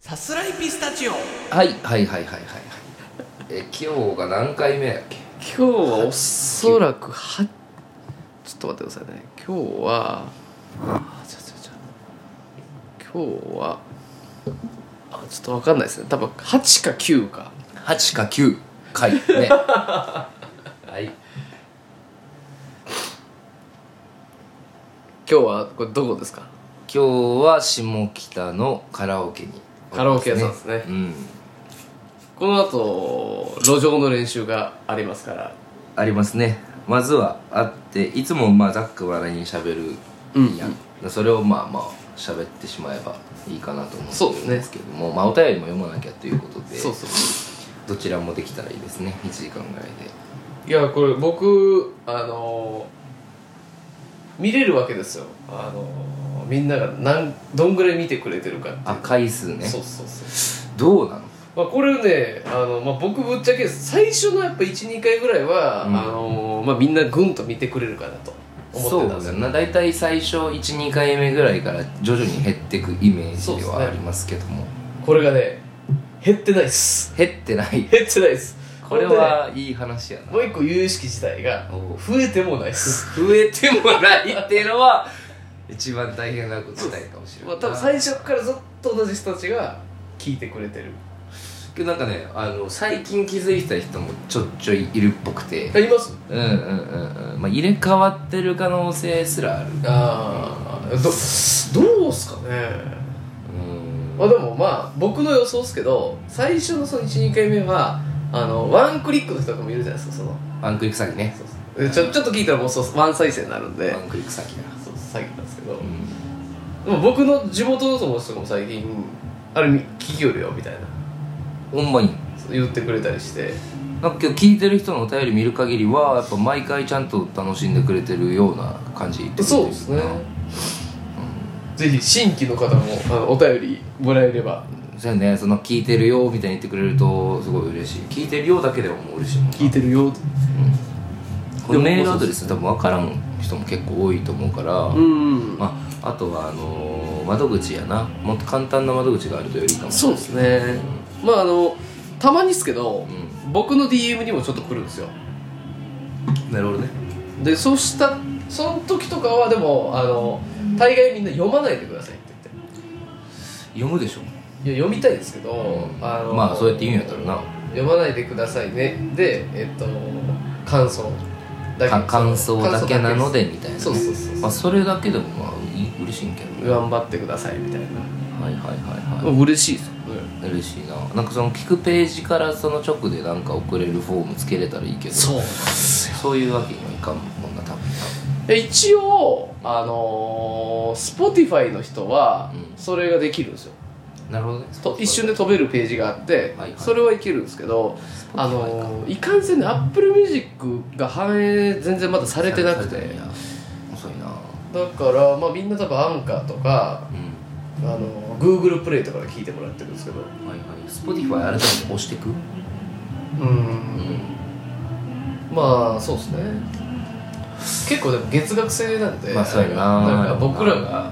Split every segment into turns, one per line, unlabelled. さすらいピスタチオ
はいはいはいはいはいえ今日が何回目やっけ
日はおそらくはちょっと待ってくださいね今日はあちょちょちょ今日はあちょっと分かんないですね多分8か9か
8か9回ね はい
今日はこれどこですか
今日は下北のカラオケに
カラオケ屋さんですね
うん
この後路上の練習がありますから
ありますねまずはあっていつもまあざっくばらんにしゃべる
うん
や、それをまあまあしゃべってしまえばいいかなと
そうで
思っ
す
て
ね
るんですけども、まあ、お便りも読まなきゃということで
そうそう
どちらもできたらいいですね1時間ぐらいで
いやこれ僕あの見れるわけですよあのみんながなんどんぐらい見てくれてるかっていう
あ回数ね
そうそうそう
どうなの
まあ、これねあの、まあ、僕ぶっちゃけ最初のやっぱ12回ぐらいは、
うん
あのまあ、みんなぐんと見てくれるかなと思っ
そ
て
う
たん
だ
ですよ
な大体最初12回目ぐらいから徐々に減ってくイメージで
そう
は
ですね
ありますけども、
これがね減ってないっす
減ってない
減ってないっす
これ
ほんでね
はいい話やな
もう一個有意識自体が
おう
増えてもないっす
増えてもないっていうのは一番大変なことしたいかもしれ
ま
ない
あ多分最初からずっと同じ人たちが聞いてくれてる
けどなんかねあの最近気づいた人もちょっちょいいるっぽくて
あいます
うんうんうんうんまあ入れ替わってる可能性すらある
ああどどうっすかね
うん
まあでもまあ僕の予想ですけど最初のその12回目はあのワンクリックの人とかもいるじゃないですかその
ワンクリック詐欺ね
えちょちょっと聞いたらもうそうワン再生になるんで
ワンクリック詐欺だ
そう詐欺なんですけど、
うん
でも僕の地元の友達とかも最近あれ聞きよるよみたいな
ほんまに
そう言ってくれたりして
なんか今日聞いてる人のお便り見る限りはやっぱ毎回ちゃんと楽しんでくれてるような感じってこと
そうですね、ぜひ新規の方もあのお便りもらえれば
そうやねその聞いてるよみたいに言ってくれるとすごい嬉しい聞いてるよだけでももう嬉しいもんな
聞いてるよ
このメールアドレス多分分からん人も結構多いと思うから、
うん
まあ、あとはあのー窓口やなもっと簡単な窓口があるとよりかも
そうですねまああのたまにですけど、
う
僕の DM にもちょっと来るんですよ
なるほどね
でそうしたその時とかはでもあの大概みんな読まないでくださいって
読むでしょ
言っていや読みたいですけど、あの
まあそうやって言うんやったらな
読まないでくださいねでえっと感想だ
か感想だけなの
感想だけ
でみたいなね、
そうそうそうそう
まあ、それだけでもまあいい嬉しいんけど
す
ね
頑張ってくださいみたいな、
はいはいはいはい、
嬉しいです
嬉しいななんかその聞くページからその直でなんか送れるフォームつけれたらいいけど
そう
そういうわけにはいかんもんな多分
で一応あのー、Spotify の人は
うん
それができるんですよ、
なるほどね
と一瞬で飛べるページがあって、
はいはい
それはいけるんですけどあのーいかんせんね AppleMusic が反映全然まだされてなくて
されんや遅いな
だから、まあ、みんな多分アンカーとか
うん
あのー Google プレイとかで聞いてもらってるんですけどう
はいはい Spotify 改めて押してく
んまあそうですね結構でも月額制なんで、
まあそうやな
なんか僕らが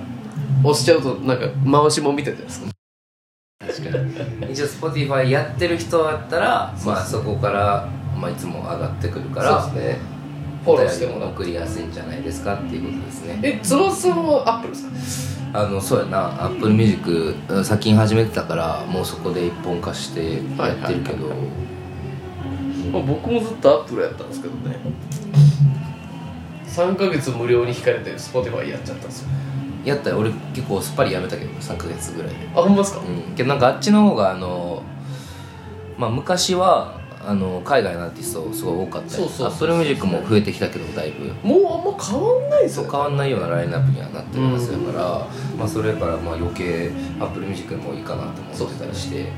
押しちゃうとなんか回しもんみたいじゃないですか
確かに一応 Spotify やってる人だったら
そう
ま
っ
あ
す
そこからまあいつも上がってくるか
そ
ら
うですねフ
お
ォローして
便り
もら
も
う
送りやすいんじゃないですかっていうことですね
え翼さんはアップルですか
あのそうやな Apple Music うん先に始めてたからもうそこで一本化してやってるけど、
はいはいはいまあ、僕もずっとアップルやったんですけどね3ヶ月無料に引かれて Spotify やっちゃったんですよ
やったよ俺結構すっぱりやめたけど3ヶ月ぐらいで
あほんまですか
うんけどなんかあっちの方があのまあ昔はあの海外のアーティストすごい多かった
そうそうそうそう
Apple Music も増えてきたけどだいぶ
もうあんま変わんないです
そう
よ
変わんないようなラインナップにはなってるはずだから、まあ、それからまあ余計 Apple Music もいいかなと思ってたりして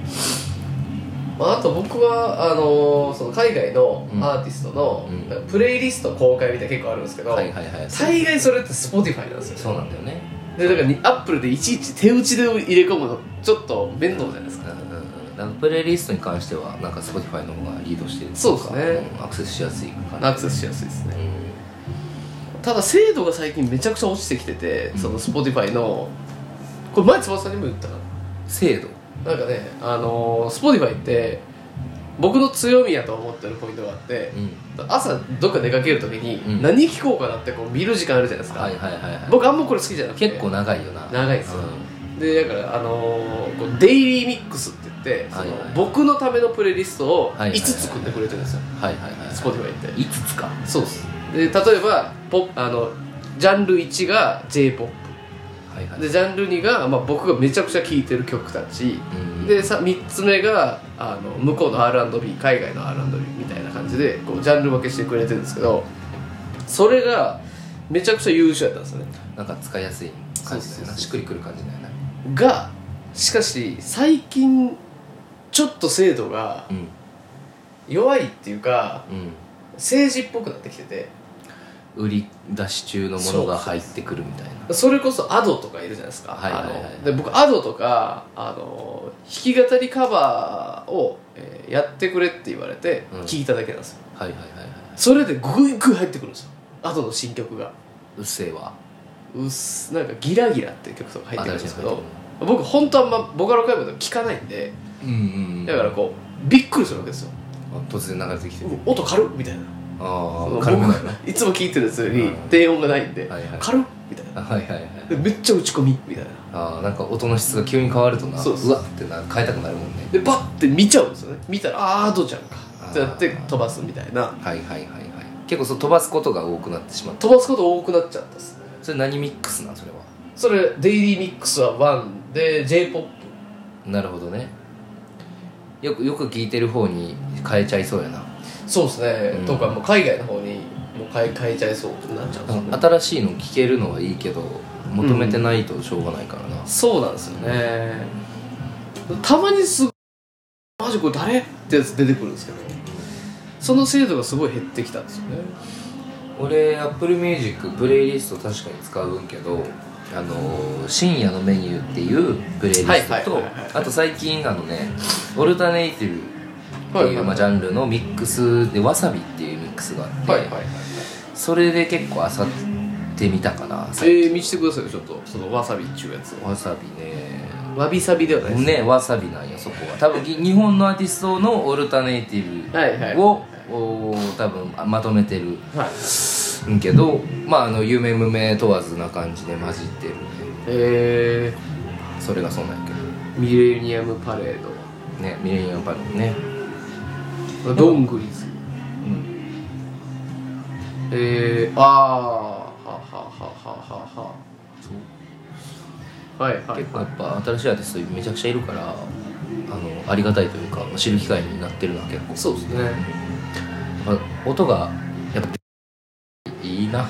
まあ、あと僕はあのーその海外の
うん
アーティストの、
うん
なんかプレイリスト公開みたいな結構あるんですけど、
はいはいはいそ
大概それって Spotify なんですよ
そうなんだよね
でだからにアップルでいちいち手打ちで入れ込むのちょっと面倒じゃないです
う
か
んうんうんなんかプレイリストに関してはなんか Spotify の方がリードしてるといか
そうですね
うんアクセスしやすい感じ
アクセスしやすいですね
うん
ただ精度が最近めちゃくちゃ落ちてきてて、その Spotify のこれ前翼さんにも言ったかな
精度
なんかねあのー Spotify って僕の強みやと思ってるポイントがあって、
うん
朝どっか出かけるとき
うん
に何聞こうかなってこう見る時間あるじゃないですか、
はいはいはいはい
僕あんまこれ好きじゃなくて
結構長いよな
長いですよ、
う
でだからあのーこうデイリーミックスって言ってその、
はいはいはい
僕のためのプレイリストを
はいはいはい
5つ組んでくれてるんですよ、
んはいはいはい
Spotify って
5つか
そうですで例えばポあのジャンル1が j p o p
はいはい
でジャンル2が、まあ、僕がめちゃくちゃ聴いてる曲たち
うん
でさ3つ目があの向こうの R&B 海外の R&B みたいな感じでこうジャンル分けしてくれてるんですけどそれがめちゃくちゃ優秀だったんですよね
なんか使いやすい感じだ
そう
よ
そうそ
な
う
しっくりくる感じだよな
がしかし最近ちょっと制度が
うん
弱いっていうか
うん
政治っぽくなってきてて
売り出し中のものが入ってくるみたいな
それこそアドとかいるじゃないですか、
はいはいはいはい
あので僕アドとかあの弾き語りカバーを、えーやってくれって言われて
うん
聞いただけなんですよ、
はいはいはいは
それでグイグイ入ってくるんですよアドの新曲が
いうっせぇわ
うっすなんか「ギラギラ」っていう曲とか入ってくるんですけど
新しいの入って
僕本当あんまボカロカバーとか聞かないんで
くるうんうんうん
だからこうびっくりするわけですよ
あ突然流れてきてる
う音軽っみたいな
あ
そ
あ
の
軽くないな
僕いつも聞いてるやつより
うん
低音がないんで
はいはい
軽っみたいな
あはいはいはい
でめっちゃ打ち込みみたいな
ああなんか音の質が急に変わるとな
そうそう
わってな変えたくなるもんね
でバッて見ちゃうんですよね見たらああどうじゃんか
あー
ってやって飛ばすみたいな
はいはいはいはい結構そう飛ばすことが多くなってしまった
飛ばすこと多くなっちゃったっすね
それ何ミックスなんそれは
それデイリーミックスは1で j p o p
なるほどねよくよく聞いてる方に変えちゃいそうやな
そうですね、
うん
とかもう海外の方にもう変え変えちゃいそうになっちゃうんですよね、
新しいの聞けるのはいいけど求めてないとしょうがないからな、
そうなんですよねたまにすごいマジこれ誰ってやつ出てくるんですけどその精度がすごい減ってきたんですよね
俺 AppleMusic プレイリスト確かに使うんけどあのー深夜のメニューっていうプレイリスト
は
と
いはいはいはい
あと最近あのねオルタネイティブって
はい
い
は
う
い
まあジャンルのミックスでわさびっていうミックスがあって、
はい
それで結構あさってみたかな
えー、見してくださいよちょっとそのわさびっちゅうやつ
わさびね
わびさびではないです
ねわさびなんよそこは多分ぎ日本のアーティストのオルタネイティブを、
はいはい
おー多分あまとめてる
はい
んけどまああの有名無名問わずな感じで混じってるね
え
それがそうなんやけ
ー、ミレニアムパレー
どねミレニアムパレードね
ドどんぐりず
うん
えー、あーはははははははいはい
結構やっぱ新しいアーティストめちゃくちゃいるからあのありがたいというか知る機会になってるのは結構
そうですね
まあ音がやっぱいいな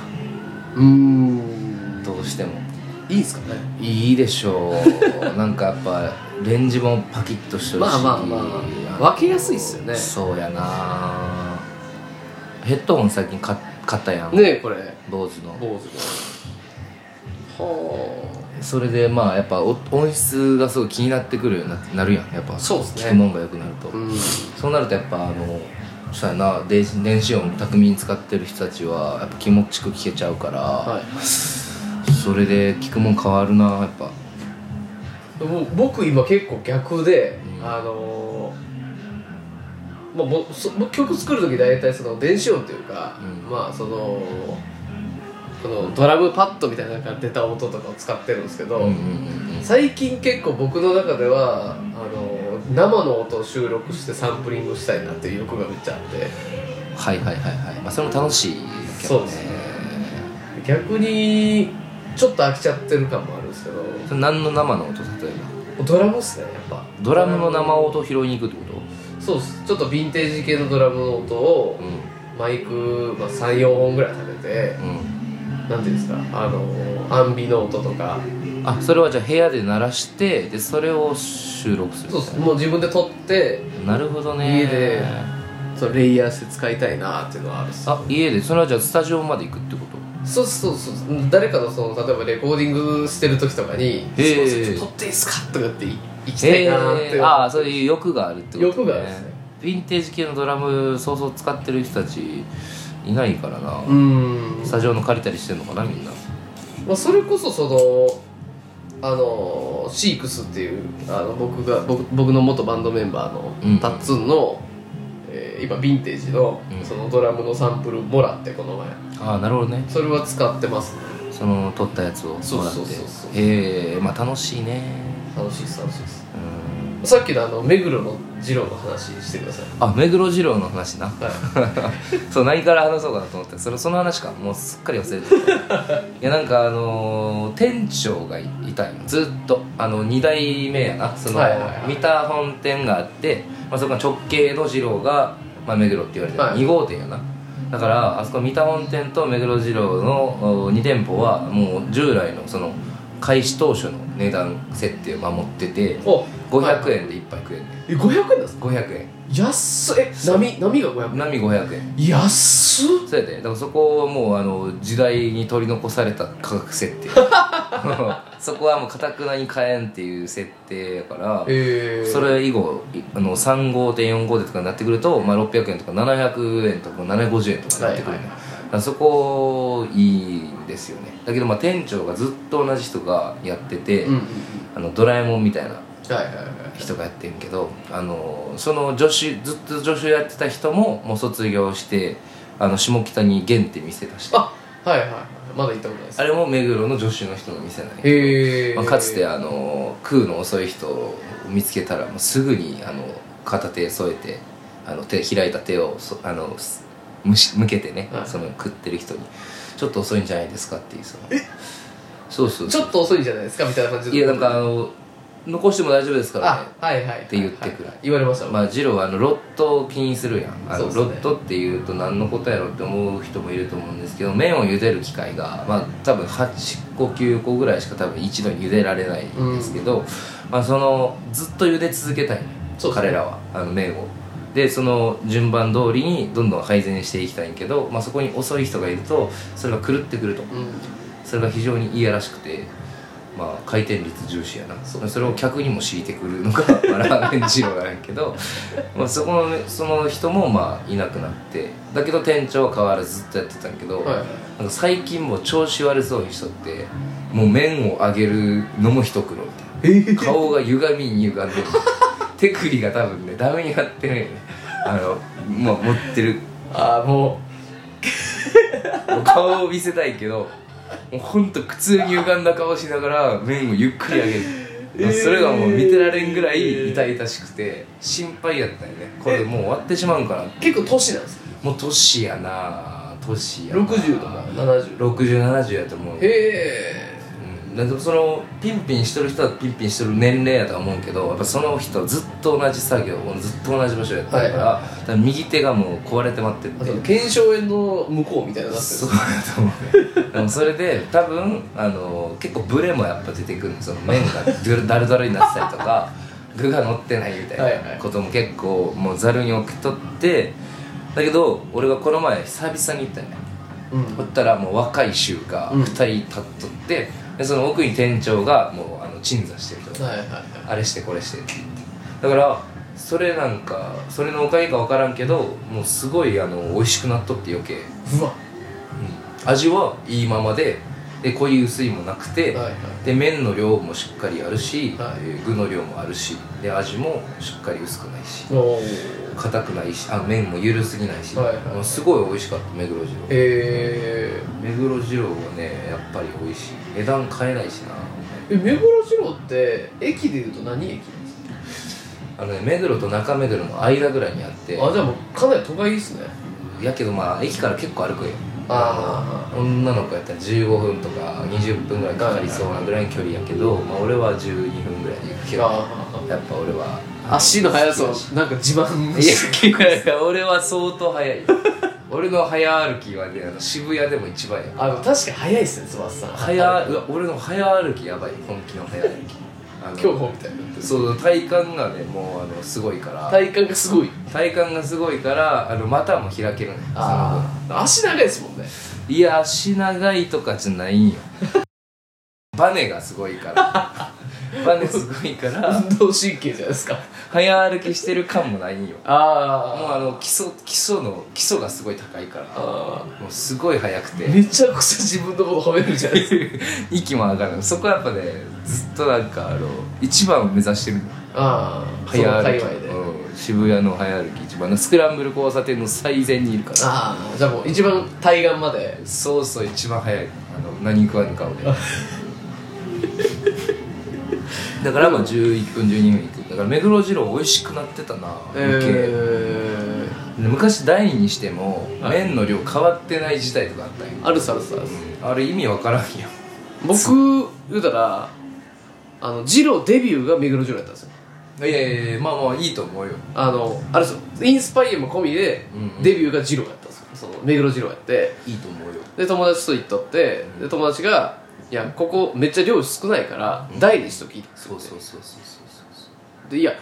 うーん
どうしても
いいですかね
いいでしょう なんかやっぱレンジもパキッとしてるし
まあまあまあ分けやすいっすよね
そうやなヘッドホン最近買買ったやん、
ねえこれ
坊主の
坊主がは
それでまあやっぱお音質がすごい気になってくるようにななるやんやっぱ
そうっすね
聞くもんが良くなると、
あうん
そうなるとやっぱあのそうやな電子電子音巧みに使ってる人たちはやっぱ気持ちよく聞けちゃうから、
はい
それで聞くもん変わるなやっぱ
もう僕今結構逆で、
うん
あのーまあ、もうそ僕曲作る時大体その電子音というか、
うん
まあそのこのドラムパッドみたいなのから出た音とかを使ってるんですけど、
うんうんうん
最近結構僕の中ではあのー生の音を収録してサンプリングしたいなっていう欲がめっちゃあって。
はいはいはいはい、まあ、それも楽しいけ
そう
ど
で
ね
すね逆にちょっと飽きちゃってる感もあるんですけ
それ何の生の音例え
ど
ば
ドラムっすねやっぱ
ドラムの生音を拾いに行くってこ
そうっすちょっとヴィンテージ系のドラムの音を
とうん
マイク、まあ、34本ぐらい食べてなんていうんですかあのアンビの音とか
うんあそれはじゃあ部屋で鳴らしてでそれを収録する
そうっすもう自分で撮って
なるほどね
家でそのレイヤーして使いたいなっていうのはあるっす
あ家でそれはじゃあスタジオまで行くってこと
そうっすそうっすそうっす誰かのその例えばレコーディングしてる時とかに「
へ
す
ー
いませんちょっと撮っていいっすか?」とかって行きたいなーって
えーああそういう欲があるってこと、ね、
欲があるっすね
ヴィンテージ系のドラムそうそう使ってる人たちいないからな、
うーん
スタジオの借りたりしてんのかなみんな
まあ、それこそそのあのシークスっていうあの僕が僕僕の元バンドメンバーの、
うん
タッツンの、えー今ヴィンテージの、
うん
そのドラムのサンプルもらってこの前
ああなるほどね
それは使ってますね
その撮ったやつをもらって
そうそうそうそう
ええまあ楽しいね
楽しいです楽しいです
うん
さっきのあの目黒の二郎の話してください
あ目黒二郎の話な
はい
そう何から話そうかなと思ってそれその話かもうすっかり忘れてた いやなんかあのー店長がいいたよずっとあの2代目やなその、
はいはいはい
三田本店があって、まあ、そこが直系の二郎が、まあ、目黒って言われてる、
はい
2号店やなだからあそこ三田本店と目黒二郎の2店舗はもう従来のその開始当初の値段設定を守ってて
おはい
500円で1杯食えんね
え500円なんですか
500円
安っえ波波が500
並500円
円安っ
そうやでだからそこはもうあの時代に取り残された価格設 定そこはもうかたくなに買えんっていう設定やから
えー、
それ以後いあの3号店4号店とかになってくると、まあ、600円とか700円とか750円とかになってくる、
はいはいはい
だからそこいいんですよねだけどまあ店長がずっと同じ人がやってて、
うんうん
あのドラえもんみたいな
うんはいはいはい
人がやってんけどあのその助手ずっと助手やってた人ももう卒業してあの下北に現って店出してあ
あはいはいはいまだ行ったことないです
れも目黒の助手の人の店なんや
へえ
まあ、かつてあの食うの遅い人を見つけたらもうすぐにあの片手添えてあの手開いた手をそあのすむし向けてね、
はい
その食ってる人にちょっと遅いんじゃないですかっていうそのそうそう
ちょっと遅いんじゃないですかみたいな感じで
いやなんかあの残しても大丈夫ですからね
あはいはい
って言ってくる
言われました
まあ、ジローはあのロットを気にするやんあの、
そ
ロ
うですね
ットっていうと何のことやろって思う人もいると思うんですけど麺を茹でる機械が、まあ、多分8個9個ぐらいしか多分一度に茹でられないんですけど、まあ、そのずっと茹で続けたいね
そうですね
彼らはあの麺をでその順番通りにどんどん改善していきたいんけど、まあ、そこに遅い人がいるとそれが狂ってくると
うん
それが非常にいやらしくて、まあ、回転率重視やな
そ
そうれを客にも敷いてくるのが まあラーメン二郎なんやけど、まあ、そこのねその人もまあいなくなってだけど店長は変わらずずっとやってたんやけど、
はい
なんか最近もう調子悪そうにしとってもう麺を上げるのも一苦労みたいな、顔が歪みに歪んでる手首が多分ねダメになってるんよねあのもう持ってる
ああも
もう顔を見せたいけどもうほんと苦痛に歪んだ顔しながら麺をゆっくり上げる、
えー
それがもう見てられんぐらい痛々しくて心配やったよねこれもう終わってしまうんかな
う結構年なんです
もう年やな年やな
60とか70
6070やと思う
へえ
うん、でもそのピンピンしてる人はピンピンしてる年齢やとは思うけどやっぱその人はずっと同じ作業をずっと同じ場所やったから,、
は
だから右手がもう壊れてまってって
あと腱鞘炎の向こうみたいなのなってる
そうだと思うねでもそれで多分あの結構ブレもやっぱ出てくるのその麺がドルダルダルになってたり とか具が乗ってないみた
はい
い
はい
なことも結構もうざるに置きとってだけど俺がこの前久々に行ったよね
うん
ほったらもう若い衆が
うん
2人立っとって、でその奥に店長がもうあの鎮座してると
はいはいはい
あれしてこれしてって言ってだからそれなんかそれのおかげか分からんけどもうすごいあの美味しくなっとって余計
うわ
味はいいままでで濃い薄いもなくて、
はいはい
で麺の量もしっかりあるし、
はい
えー具の量もあるしで味もしっかり薄くないし
おお
硬くないしあ麺もゆるすぎないし、
はいはい
もうすごい美味しかった目黒二郎
え
目黒二郎はねやっぱり美味しい値段変えないし
ー、
な
え目黒二郎って駅でいうと何駅なんです
あのね目黒と中目黒の間ぐらいにあって
かあじゃあもうかなり都会ですね
やけどまあ駅から結構歩くよ
あ
の女の子やったら15分とか20分ぐらいかかりそうなぐらいの距離やけど、まあ、俺は12分ぐらいで行くけど
あ
やっぱ俺は
足の速さを
好きだし
なんか自慢
いやいやいや俺は相当速いよ俺の早歩きはねあの渋谷でも一番や
あの確かに早いですね翼さん
早うわ俺の早歩きやばい本気の早歩きあの
競歩みたいになってる
そう体幹がねもうあのすごいから
体幹がすごい
体幹がすごいからあの股も開けるのよ
あ足長いですもんね
その分いや足長いとかじゃないんよバネがすごいからバネすごいから
運動神経じゃないですか
早歩きしてる感もないんよもう
あ
あの基礎基礎の基礎がすごい高いから
あ
もうすごい速く
ー
て
めちゃくちゃ自分のこと褒めるじゃないですか
息も上がるそこはやっぱねずっとなんかあの一番を目指してるの
ああその
早
界
歩
隈
き、
で、
うん、渋谷の早歩き一番のスクランブル交差点の最前にいるから
ああじゃあもう一番対岸まで
そうそう一番早いあの何食わぬ 顔でだからまあ11分12分いくだから目黒二郎美味しくなってたな余計
え
で昔第二にしても
はい
麺の量変わってない事態とかあったんよ
ー、あるさあるさ
あれ意味わからんよ
僕言うたらあのジローデビューが目黒ジローやったんですよ
いやいやいやまあまあいいと思うよ
あのあれですよインスパイアも込みで
うんうん
デビューがジローやったんですよその目黒ジローやって
いいと思うよ
で友達と行っとってで友達が「いやここめっちゃ量少ないから
うん
大にしとき」って
そ
言
う
って
そうそうそうそう
でいや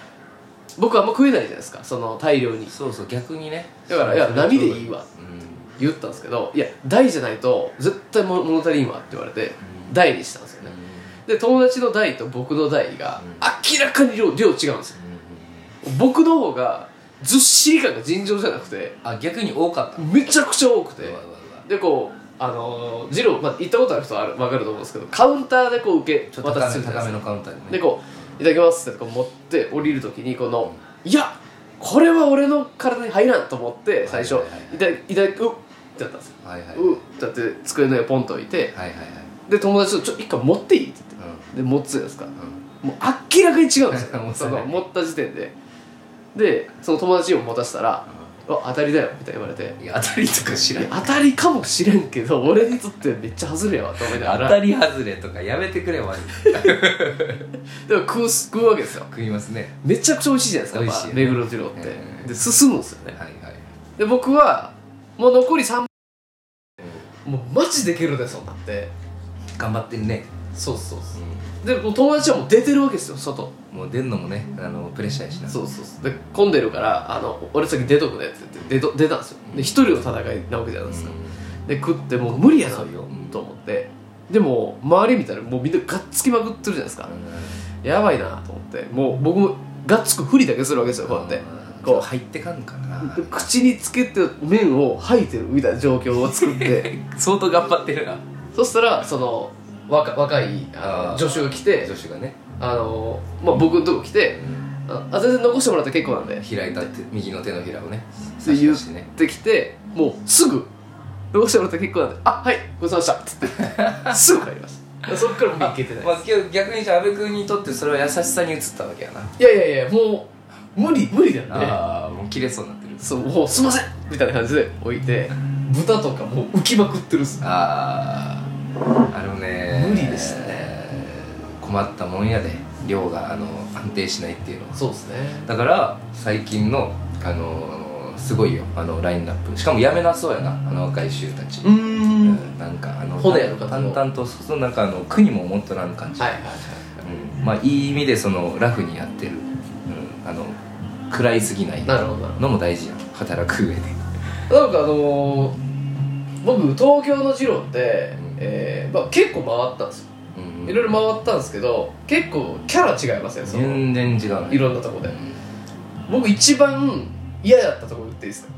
僕あんま食えないじゃないですかその大量に
そうそうそうそう逆にね
だからいや波でいいわ
うん
言ったんですけど「いや大じゃないと絶対も物足りんわ」って言われて
うん
大にしたんですよねで友達の代と僕の代が明らかに量量違うんですよ僕の方がずっしり感が尋常じゃなくて
あ逆に多かった
めちゃくちゃ多くて
うわうわうわ
でこうあのージロー、まあ、行ったことある人はある分かると思うんですけどカウンターでこう受
ち
け
ょっと
渡し
高
す
め
るじゃ
高
ない
め
で
の
すか
カウンター
で
ね
こう「いただきます」ってこう持って降りる時にこの「いやこれは俺の体に入らん」と思って最初
はいはい
「いただきいただきうっ」ってやったんですよ
はいはいう
っってやって机の上ポンと置いて
はいはいはい
で友達と「ちょ一回持っていい?」って言
うん
ってで持つじゃないですか
う
もう明らかに違うんです
も
よ
う
そ
そう
の
だね
持った時点ででその友達にも持たせたら「あ当たりだよ」みたいに言われて
んいや当たりとか知ら
いや
ん
当たりかもしれんけど俺にとってめっちゃ外れやわと思いなが
当
ら
たり外れとかやめてくれマジで
でも食う食うわけですよ
食いますね
めちゃくちゃ美味しいじゃないですか
美味しいよね
目黒二郎って、
うん
で進むんですよね
はいはい
で僕はもう残り3もうマジでゲロ出そうになって
頑張ってるね
そうそうそうでもう友達はもう出てるわけですよ外
もう出んのもねあのプレッシャーやしな
そうそうそうで混んでるからあの俺先出とくねって言って出と出たんですよで一人の戦いなわけじゃないですか、で食ってもう無理やな
そうよ
と思ってでも周り見たらもうみんながっつきまくってるじゃないですかやばいなと思ってもう僕もがっつくふりだけするわけですよこうやって
こ
こ
う
うん
入ってかんかな
で口につけて麺を吐いてるみたいな状況を作って
相当頑張ってるな
そしたらその若若いあ
あー
の助手が来て
女子がね
あの、まあ、僕のとこ来て「あ全然残してもらって結構なんで」
開いた手右の手のひらをね
で言
出
っ
してね
てきてもうすぐ「残してもらって結構なんで」「あはいごちそうさまでした」っつって すぐ帰りましたそっからもういけてない
まあ、けど逆にじゃあ阿部君にとってそれは優しさに移ったわけやない
やいやいやもう無理無理だね
ああもう切れそうになってる
そうもうすいませんみたいな感じで置いて豚とかもう浮きまくってるっす
あああのね
無理ですね
困ったもんやで量があの安定しないっていうのは
そうですね
だから最近のあのすごいよあのラインナップしかもやめなそうやなあの若い衆たち、
うーんはい
うんなんかあの
骨の方の
淡々とそのなんかあの苦にも思っとらん感じ、
はいはい
うんまあいい意味でそのラフにやってる、うん、あの食らいすぎない
なるほどなる
のも大事やん働く上で
ほどなんかあのー僕東京の二郎って
うん、
えーまあ、結構回ったんですよ
うん
いろいろ回ったんですけど結構キャラ違いますねその
全然違うね
いろんなとこで僕一番嫌やったとこ言っていいですか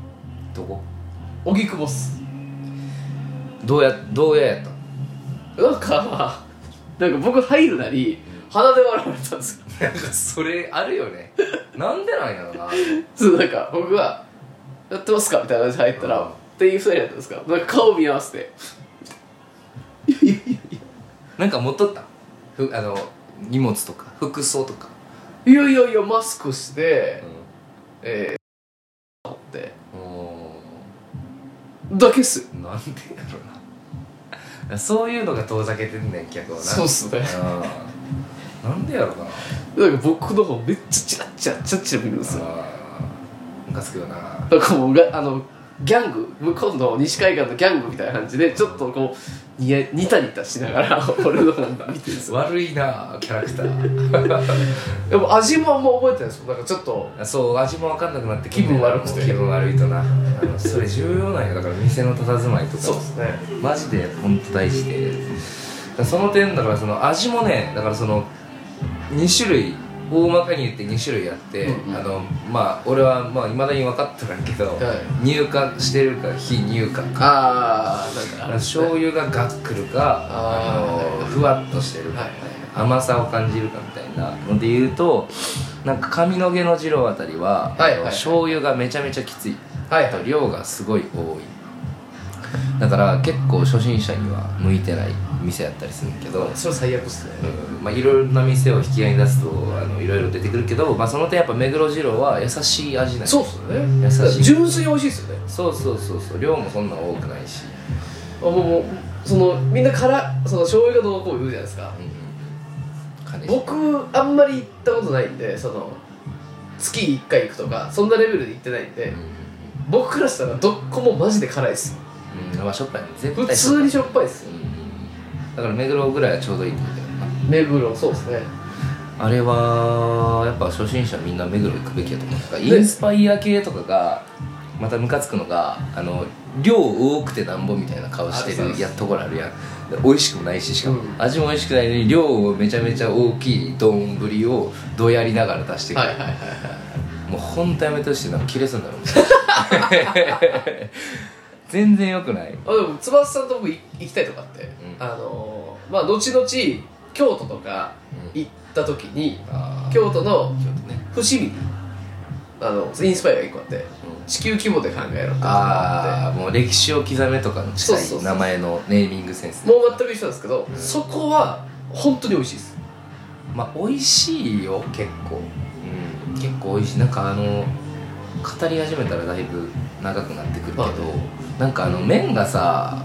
どこ
荻窪っす
どうやどうややったの
なんかなんか僕入るなり鼻で笑われたんですよ
なんかそれあるよね なんでなんやろな
そうなんか僕が「やってますか?」みたいな感じで入った
うん
ら店員二人やったんですかなんか顔見合わせて「いやいやいや
なんか持っとったふあの荷物とか服装とか、
いやいやいやマスクして
う
えー、って
ん、お
だけっすよ
ーなんでやろなそういうのが遠ざけてんねん客はな
そうっすね
うんなんでやろな
なんか僕の方めっちゃチラッチラチラッチラ見るんですよ
あームカつくよな
なんかもうがあのギャング向こうの西海岸のギャングみたいな感じでちょっとこうにやニタニタしながら 俺の方見てるんですよ
悪いなキャラクター
でも味もあんま覚えてないですもんなんかちょっと
そう味も分かんなくなって
気分悪くて
気分悪いとなあのそれ重要なんやだから店の佇まいとか
そうですね
マジで本当大事でだからその点だからその味もねだからその2種類大まかに言って2種類あって、
うんうん
あのまあ俺はまあ未だに分かってないけど、
はい
入荷してるか非入荷か
ああなんかあれですね
醤油がガックルか
あー
あのふわっとしてるか、
はいはい
甘さを感じるかみたいなので言うとなんか髪の毛の二郎あたりは、
はいはいはい
醤油がめちゃめちゃきつい
はい
あと量がすごい多いだから結構初心者には向いてない店やったりするけど
それ最悪っすね
うんまあ、いろいろな店を引き合いに出すとあのいろいろ出てくるけど、まあ、その点やっぱ目黒二郎は優しい味なんよ
そうっすよね
優し
だ
い
から純粋に美味しいっすよね
そうそうそうそう量もそんな多くないし、
あもうもうそのみんなからその醤油がどうこう言うじゃないですか
うん、金
僕あんまり行ったことないんでその月1回行くとかそんなレベルで行ってないんで、
う
僕からしたらどこもマジで辛いっすよ
ん、うん、まあしょっぱいね絶
普
対しょっ
通にしょっぱいっす
ぱ
よ
いうんだから目黒ぐらいはちょうどいいみたいな
目黒そうっすね
あれはやっぱ初心者みんな目黒行くべきやと思うなんかインスパイア系とかがまたムカつくのがあの量多くてなんぼみたいな顔して
ある
るやっところあるやんで美味しくもないししかも、
うん
味も美味しくないのに量をめちゃめちゃ大きい丼をどうやりながら出してくる、
はいはい
もうほんとやめてほしいなんか切れそうになるもん全然よくない
あでも翼さんと僕い行きたいとかって、
ん
あのーまあ後々京都とか
い
行った時に
あー
京都の
京都ね
伏見あのインスパイアが1個あって地球規模で考えろってあ
ああもう歴史を刻めとかの
そ
近
うそうそう
い名前のネーミングセンス
ってもう全く一緒なんですけど、そこは本当に美味しいです
まあ美味しいよ結構、うん、結構美味しいなんかあの語り始めたらだいぶ長くなってくるけど、
はい
なんかあの麺がさ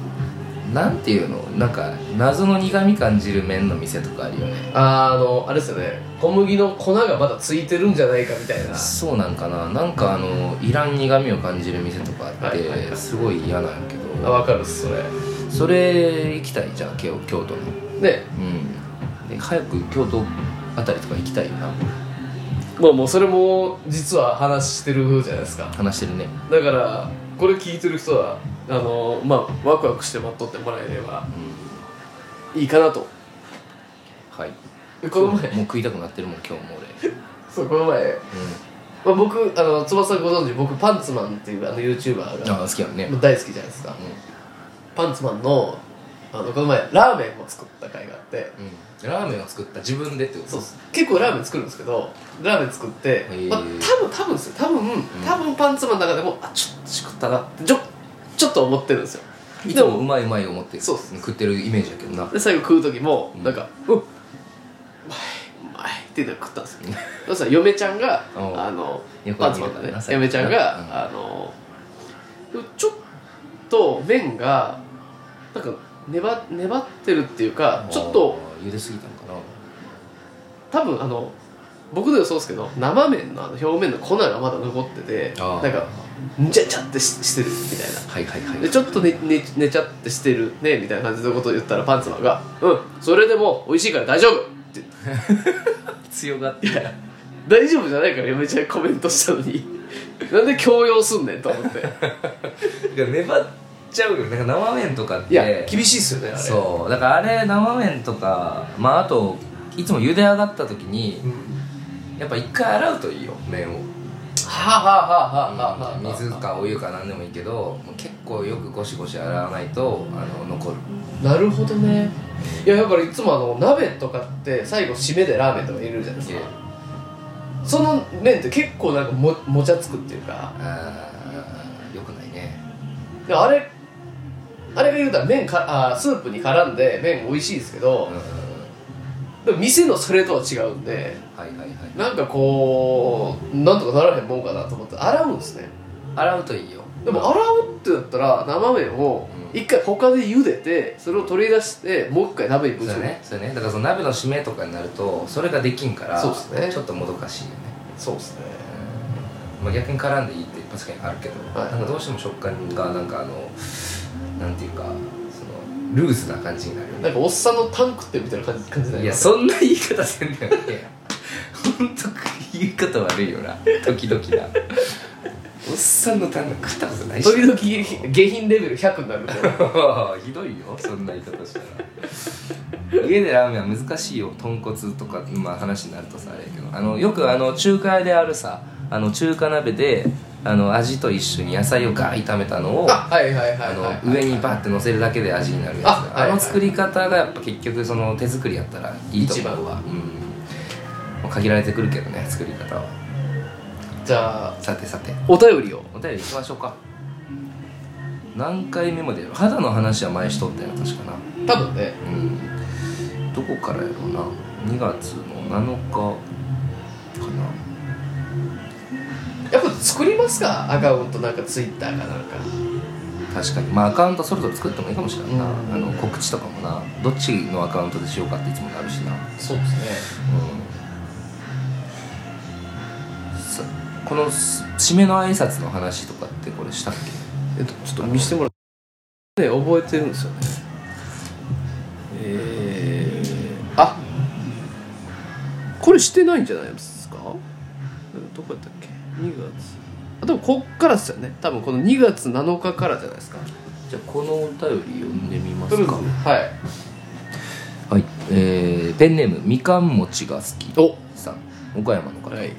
なんていうのなんか謎の苦み感じる麺の店とかあるよね
あーあのあれですよね小麦の粉がまだついてるんじゃないかみたいな
そうなんかななんかあのいらん苦みを感じる店とかあっ
はいはいは
て
い
すごい嫌なんやけ
あ
ど
分かるっすそれ
それ行きたいじゃあ京京都の
ね
うんで早く京都あたりとか行きたいよな
まあもうそれも実は話してるじゃないですか
話してるね
だからこれ聞いてる人はあのまあワクワクして待っとってもらえればいいかなと
はい
この前
もう食いたくなってるもん今日も俺、うん、
そうこの前、まあ、僕あの翼さんご存知僕パンツマンっていうあの YouTuber が
ああ好きやんね
もう大好きじゃないですかパンツマンのあのこの前ラーメンを作った回があって
うん、うん、ラーメンを作った自分でってこと
そうっす結構ラーメン作るんですけどラーメン作って、
ー
まあ、多分多分ですよ多分多分パンツマンの中でもあちょっとしくったなってちょちょっと思ってるんですよ
い
で
つもう
も
まいうまい思って
そうっす
食ってるイメージやけどな
で最後食う時も
うん
なんか「うっうまいうまい」って言って食ったんですよそしたら嫁ちゃんが
おう
あの
横
パン
に
ツ
見
マンが
るからな
ね
さっきな
嫁ちゃんが、
うん
あのちょっと麺がなんか粘粘ってるっていうかちょっと
あー茹ですぎたんかな
多分あの僕の予想ですけど生麺のあの表面の粉がまだ残ってて
あ
な
ー
んかんちゃんちゃってししてるみたいな
はいはいはい
でちょっと寝寝寝ちゃってしてるねみたいな感じのことを言ったらパンツマンが「うんそれでも美味しいから大丈夫!」って
強がってる
「大丈夫じゃないから嫁ちゃんコメントしたのに なんで強要すんねん」と思 って
いや粘っちゃうよなんか生麺とかって
いや厳しいっすよねあれ
そうだからあれ生麺とかまああといつも茹で上がった時に
うん、
やっぱ一回洗うといいよ麺を
はあはあはあはあはあはあ
水かお湯か何でもいいけどもう結構よくゴシゴシ洗わないとあの残る
なるほどねいやだからいつもあの鍋とかって最後締めでラーメンとか入れるじゃないですかその麺って結構なんかももちゃつくっていうか
あーよくないね
であれあれが言うたら麺かあースープに絡んで麺美味しいですけど、
うん
でも店のそれとは違うんで
はいはいはい
なんかこうなんとかならへんもんかなと思って洗うんですね
洗うといいよ
でも洗うってなったら生麺を
うん
一回他で茹でてそれを取り出してもう一回鍋にぶ
そ
ち
う
込
だ
む、
ねそうだねだからその鍋の締めとかになるとそれができんから
そうっすね
ちょっともどかしいよね、
そうですね
まあ、逆に絡んでいいって確かにあるけど、
はい
なんかどうしても食感がなんかあのなんていうかそのルーズな感じになるよね
なんかおっさんのタンクってみたいな感じ感じにないりま
や
す
そんな言い方せんだよねほんと言い方悪いよな時々なおっさんの単語食ったことないし
時々下品レベル100になるみたいな
ひどいよそんな言い方したら家でラーメンは難しいよ豚骨とか、まあ、話になるとさあれやけどあのよくあの中華屋であるさあの中華鍋であの味と一緒に野菜をガー炒めたのを
あはいはいはい
あの
はい
上にバーって乗せるだけで味になるやつ
あ
あ,、
はいはい
の作り方がやっぱ結局その手作りやったらいいと思
一
う
番は
うん、もう限られてくるけどね作り方は
じゃあ
さてさて
お便りを
お便り行きましょうか何回目までやる肌の話は前しとったよな確かな
多分ね
うんどこからやろうな2月の7日かな
やっぱ作りますかアカウントなんかツイッターかなんか
確かにまあアカウントそれぞれ作ってもいいかもしれんな、
うん
あの告知とかもなどっちのアカウントでしようかっていつもなるしな
そうですね
うんさこのす締めの挨拶の話とかってこれしたっけ
えっとちょっと見してもらってね覚えてるんですよねえー、あこれしてないんじゃないですかどこやったっけ2月あでもこっからですよね多分この2月7日からじゃないですか
じゃあこのお便り読んでみま
とり
す
あえず
か
はい
はいえーペンネームみかん餅が好き
お
さん岡山の方、
はい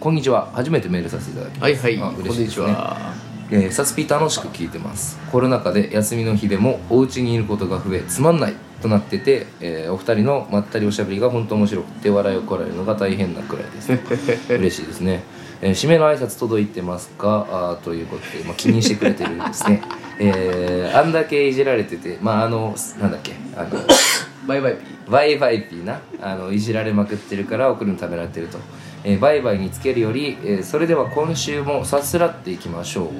こんにちは初めてメールさせていただきま
はい
す
はい
あ
こん
嬉しい
に
で
ち
すね
は
えーサスピ楽しく聞いてますコロナ禍で休みの日でもお家にいることが増えつまんないとなってて、えーお二人のまったりおしゃべりが本当面白くて笑いをこられるのが大変なくらいです嬉しいですね、えー締めの挨拶届いてますかあーということで、まあ、気にしてくれてるんですねえーあんだけいじられててまああのなんだっけあの
バイバイピー
バイバイピーなあのいじられまくってるから送るのためられてると、えーバイバイにつけるより、えーそれでは今週もさすらっていきましょ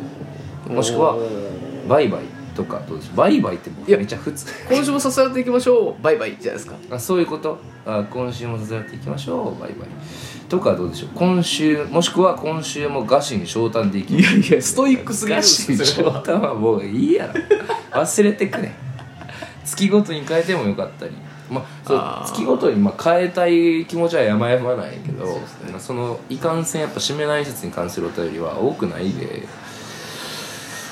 うもしくは
おー
バイバイとかどうでしょうバイバイって
いや
めっちゃ普通
今週もさすらっていきましょうバイバイじゃないですか
あそういうことあ今週もさすらっていきましょうバイバイとかどうでしょう今週もしくは今週も餓死に昇誕でいきましょう
いやストイックすぎる
ガシンショータンはもういいやろ忘れてくね月ごとに変えてもよかったりまあ
あー
そう月ごとにまあ変えたい気持ちはやまやまないけど
そう
そ,、
ですね
のいかんせんやっぱ締めの挨拶に関するお便りは多くないで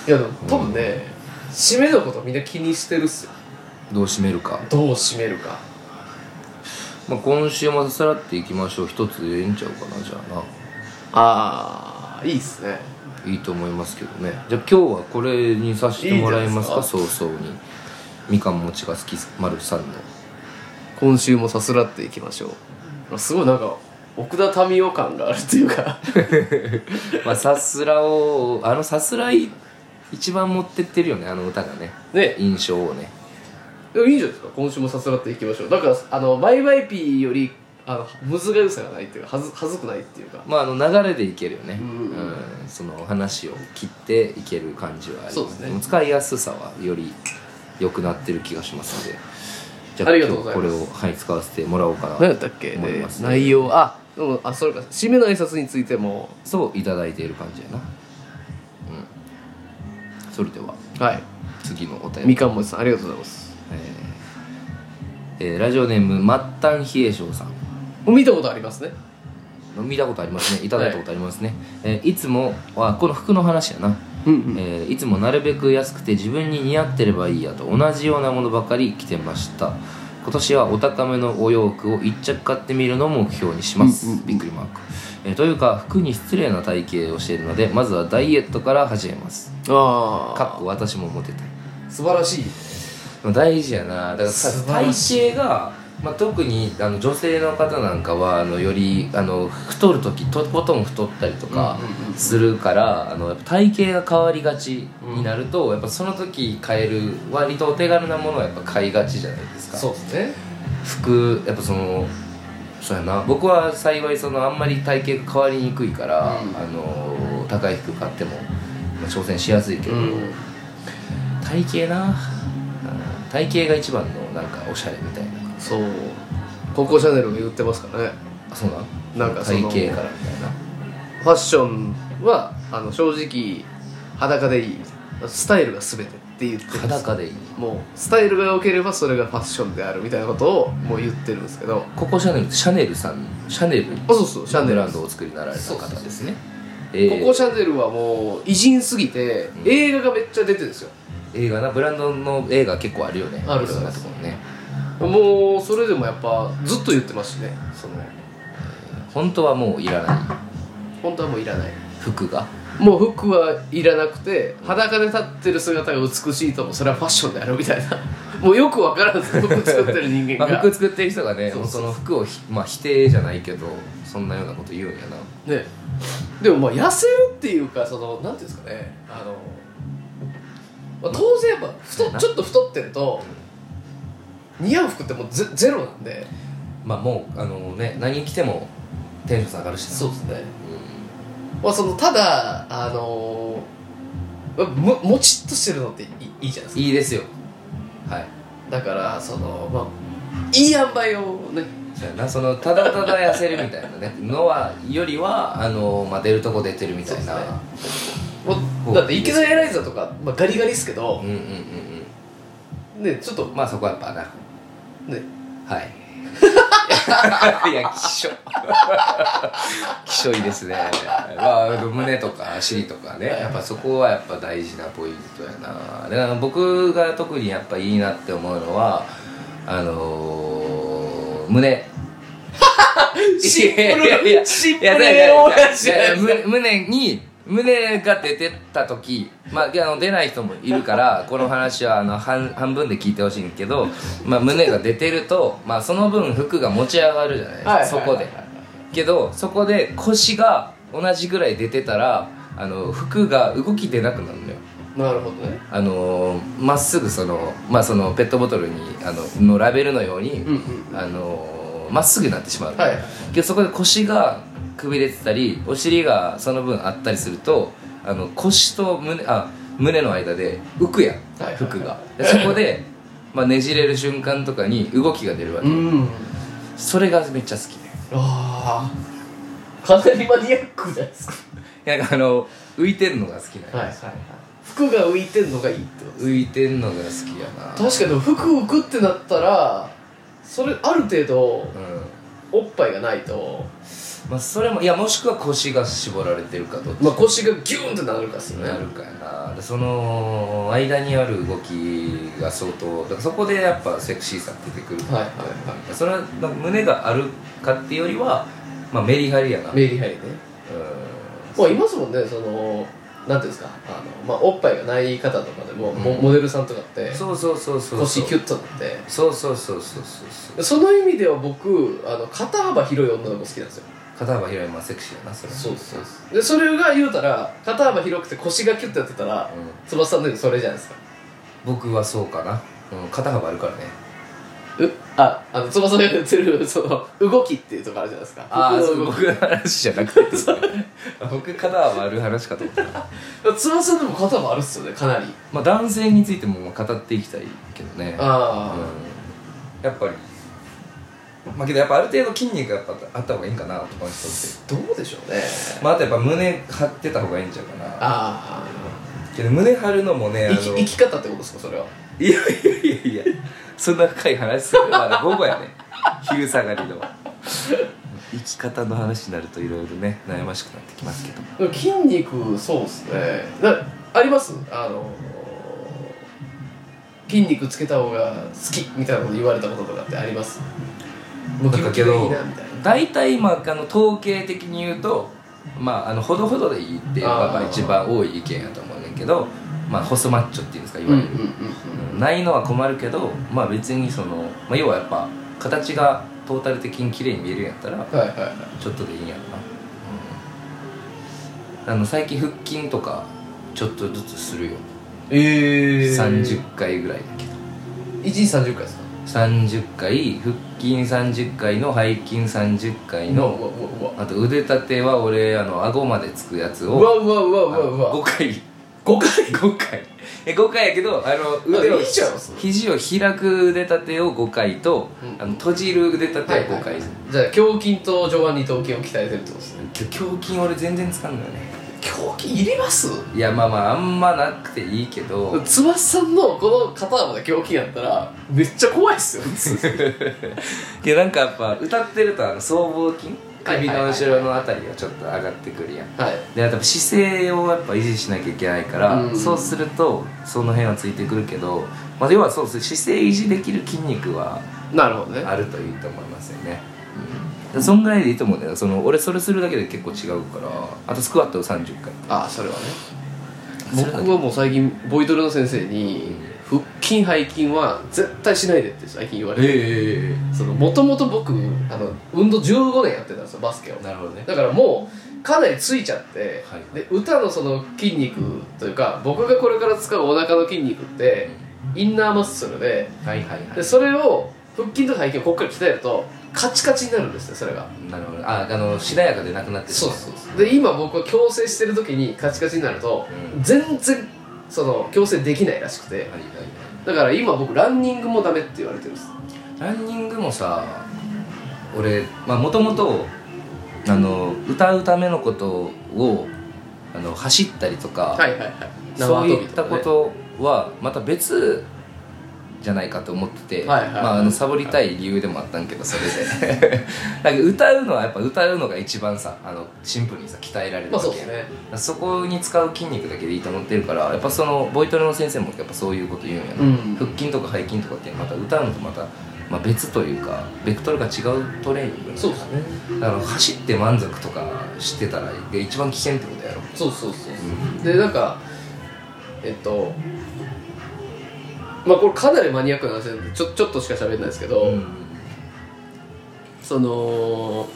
いやでも多分ね、締めのことみんな気にしてるっすよ
どう締めるか、
どう締めるか
まあ、今週もさらっていきましょう一つでええんちゃうかなじゃあ
ああいいっすね
ないいと思いますけどねじゃあ今日はこれにさせてもらえますか
いいんじ
早々にみかん餅が好き丸さんの
今週もさすらっていきましょうすごいなんか奥田民生感があるっていう か
まあさすらをあのさすらい一番持ってってるよねあの歌がね
ね
印象をね
でもいいんじゃないですか今週もさすらっていきましょうだからあのバイバイピーよりあのむずがゆさがないっていうかはずはずくないっていうか
まああの流れでいけるよね、
うんうんうん
その話を切っていける感じはあります
そうですね
も使いやすさはより良くなってる気がしますのでじ
ありがとうございます
今日これを、はい、使わせてもらおうかな
何やったっけ、
思い
で
ますね
内容あでもあそれか締めの挨拶についても
そういただいている感じやなうんそれでは
はい
次のお便り
みかんもちさんありがとうございます
えーえーラジオネーム末端冷え性さん
もう見たことありますね
見たことありますねいただいたことありますね、いえーいつもはこの服の話やな、
うんうん
えーいつもなるべく安くて自分に似合ってればいいやと同じようなものばかり着てました今年はお高めのお洋服を1着買ってみるのを目標にします、
うんうんうん
びっくりマーク、えーというか服に失礼な体型をしているのでまずはダイエットから始めます
あ
かっこ私もモテたい
素晴らしい
大事やなだから
素
さ
晴らし
体型が、まあ、特にあの女性の方なんかはあのよりあの太る時とことん太ったりとか
うんうんうん
するから、あのやっぱ体型が変わりがちになると、やっぱその時買える割とお手軽なものはやっぱ買いがちじゃないですか
そうですね
服やっぱそのそうやな僕は幸いそのあんまり体型が変わりにくいから、
うん
あの高い服買っても、まあ挑戦しやすいけど、
うん
体型なうん体型が一番のなんかおしゃれみたいな
そうココシャネルが言ってますからね
あそうな
なん
ん
かそ
体
の
型からみたいな
ファッションはあの正直裸でいいみたいなスタイルが全てって言ってるんです
裸でいい
もうスタイルが良ければそれがファッションであるみたいなことをもう言ってるんですけど
ココシャネルってシャネルさんシャネル
あそうそうシャネル
ブランドをお作りになられた方ですねえ
ココシ
ャ
ャネルはもう偉人すぎて
うん
映画がめっちゃ出てるんですよ
映画なブランドの映画結構あるよね
ある
いろんなところね
もうそれでもやっぱずっと言ってますしねその
本当はもういらない
本当はもういらない
服が
もう服はいらなくて裸で立ってる姿が美しいともそれはファッションであるみたいな もうよくわから ん服作ってる人間
まあ、
が
服作ってる人がね
そうそう
その服をひ、まあ、否定じゃないけどそんなようなこと言うんやな
ねでもまあ痩せるっていうかそのなんていうんですかねあの、まあ、当然やっぱ
そう
太
やな
ちょっと太ってると似合う服ってもうゼゼロなんで
まあもうあのね何着てもテンション下がるしな
うですね、まあ、そのただあのももちっとしてるのっていいいいじゃないですか
いいですよはい
だからそのまあいい塩梅をね
そうやなそのただただ痩せるみたいなねのはよりはあの、まあ、出るとこ出てるみたいな
もうだって池田エライザとか、まあ、ガリガリですけ
う
ど
ん、うんうん
ねちょっと
うんまあそこはやっぱな
ね
はい いやきしょきしょいですね、まあ、胸とか尻とかねやっぱそこはやっぱ大事なポイントやなだから僕が特にやっぱいいなって思うのはあのー、胸
シンプ
いやいやいや
ルシンプル
いや
栄
いやいや
養やし
いやいや胸胸に胸が出てた時、まあ、いやあの出ない人もいるからこの話はあの半半分で聞いてほしいんけど、まあ、胸が出てると、まあ、その分服が持ち上がるじゃないですか、
はいはい
そこでけどそこで腰が同じぐらい出てたらあの服が動き出なくなるのよ
なるほどね
あのまっすぐその,、まあ、そのペットボトルにあののラベルのように、
うんうん
あのまっすぐになってしまう、
はい
けどそこで腰がくびれてたりお尻がその分あったりするとあの腰と胸あ胸の間で浮くやん
はい
服がでそこで、まあ、ねじれる瞬間とかに動きが出るわけ、
うん
それがめっちゃ好きね
ああかなりマニアックじゃないですか
いやなんかあの浮いてんのが好きなんよ、
はい服が浮いてんのがいいってこと
浮いてんのが好きやな
確かにでも服浮くってなったらそれある程度
うん
おっぱいがないと、
まあ、それもいやもしくは腰が絞られてるかどっち
まあ、腰がギューンってなるかっすよね
なるかやなでその間にある動きが相当だからそこでやっぱセクシーさ出てくる
はいはいは
それはなんか胸があるかっていうよりは、まあ、メリハリやな、うん
い、メリハリねまあいますもんねそのなんていうんですかあの、まあ、おっぱいがない方とかでも、
うん
モモデルさんとかって
そうそうそうそう
腰キュ
ッ
ッとなって
そうそうそうそうそうそう
その意味では僕あの肩幅広い女の子好きなんですよ
肩幅広いまあセクシーやなそれ
そうそうそうでそれが言うたら肩幅広くて腰がキュッとやってたら
うん、
翼さんの言うそれじゃないですか
僕はそうかな、うん、肩幅あるからね
うああの翼が言ってるその動きっていうとこあるじゃないですか
ああ
服の
そう
動き
僕の話じゃなくて ってことね僕肩幅ある話かと思った
翼さんでも肩幅あるっすよねかなり
まあ男性についてもまあ語っていきたいけどね
あ
うんやっぱりまあけどやっぱある程度筋肉がやっぱあった方がいいんかな男の人って
あどうでしょうね
まああとやっぱ胸張ってた方がいいんちゃうかな
あ
けど胸張るのもね
あ
あの
生き生き方ってことですかそれはい
やいやいやいやそんな深い話するなら午後やね 昼下がりの生き方の話になるといろいろね悩ましくなってきますけど
でも筋肉そうっすねなありますあの筋肉つけた方が好きみたいなこと言われたこととかってありますムキムキがいいなみたいな
大体まああの統計的に言うとまああのほどほどでいいっていうのが
あー
一番多い意見やと思うねんけどまあ細マッチョっていうんですか
う
い
んう
わ
ん
ゆ
うん
る、
うん
ないのは困るけどまあ別にその、まあ、要はやっぱ形がトータル的に綺麗に見えるんやったら
はいはいはい
ちょっとでいいんやろな、うん、あの最近腹筋とかちょっとずつするよ、
え
30回ぐらいだけど
一日30回ですか
30回腹筋30回の背筋30回
うわ
の、
うわ
あと腕立ては俺あの顎までつくやつ
うわ
を
うわうわうわうわうわ
5回
5回
5回え5回やけどあの腕を
いいじゃんそれ
肘を開く腕立てを5回と、
うん
あの閉じる腕立てを5
は
回、
いじゃあ胸筋と上腕二頭筋を鍛えてるってことですね
きょ胸筋俺全然つかんのよね
胸筋いります
いやまあまああんまなくていいけど
翼さんのこの肩幅で胸筋やったらめっちゃ怖いっ すよ
いやなんかやっぱ歌ってるとあの僧帽筋首の後ろのあたりがちょっと上がってくるやん
はい
であと姿勢をやっぱ維持しなきゃいけないから、
うん
そうするとその辺はついてくるけど、まあ、要はそうです姿勢維持できる筋肉は
なるほどね
あるといいと思いますよね、らそんぐらいでいいと思うんだよその俺それするだけで結構違うからあとスクワットを30回
ああそれはね
そ
僕
れだけ
はもう最近ボイトレの先生に腹筋背筋は絶対しないでって最近言われて
え
そのもともと僕あの運動15年やってたんですよバスケを
なるほどね
だからもうかなりついちゃって、
はい
で歌のその筋肉というか僕がこれから使うお腹の筋肉ってインナーマッスルで
はいはいは
でそれを腹筋とか背筋をこっから鍛えるとカチカチになるんですねそれが
いなるほどああのしなやかでなくなってしま
そうそうで今僕は矯正してる時にカチカチになると、
うん
全然その矯正できないらしくて
はいはい
だから今僕ランニングもダメって言われてるんです
ランニングもさ俺まあもともとあの歌うためのことをあの走ったりとか、
はいはいはい
そういった
縄跳び
こ
かね
とはまた別じゃないかと思ってて、
はいはい
まあ、あのサボりたい理由でもあったんけどそれ でなんか歌うのはやっぱ歌うのが一番さあのシンプルにさ鍛えられる
ま
わ
あそ
け
うですね
そこに使う筋肉だけでいいと思ってるからやっぱそのボイトレの先生もやっぱそういうこと言うんやな、
うん
腹筋とか背筋とかってまた歌うのとまた、まあ、別というかベクトルが違うトレーニング
そうですね
だから走って満足とかしてたら一番危険ってことやろ
そうそうそうそうでなんかえっとまあこれかなりマニアックな話なんでちょちょっとしか喋んないですけど、その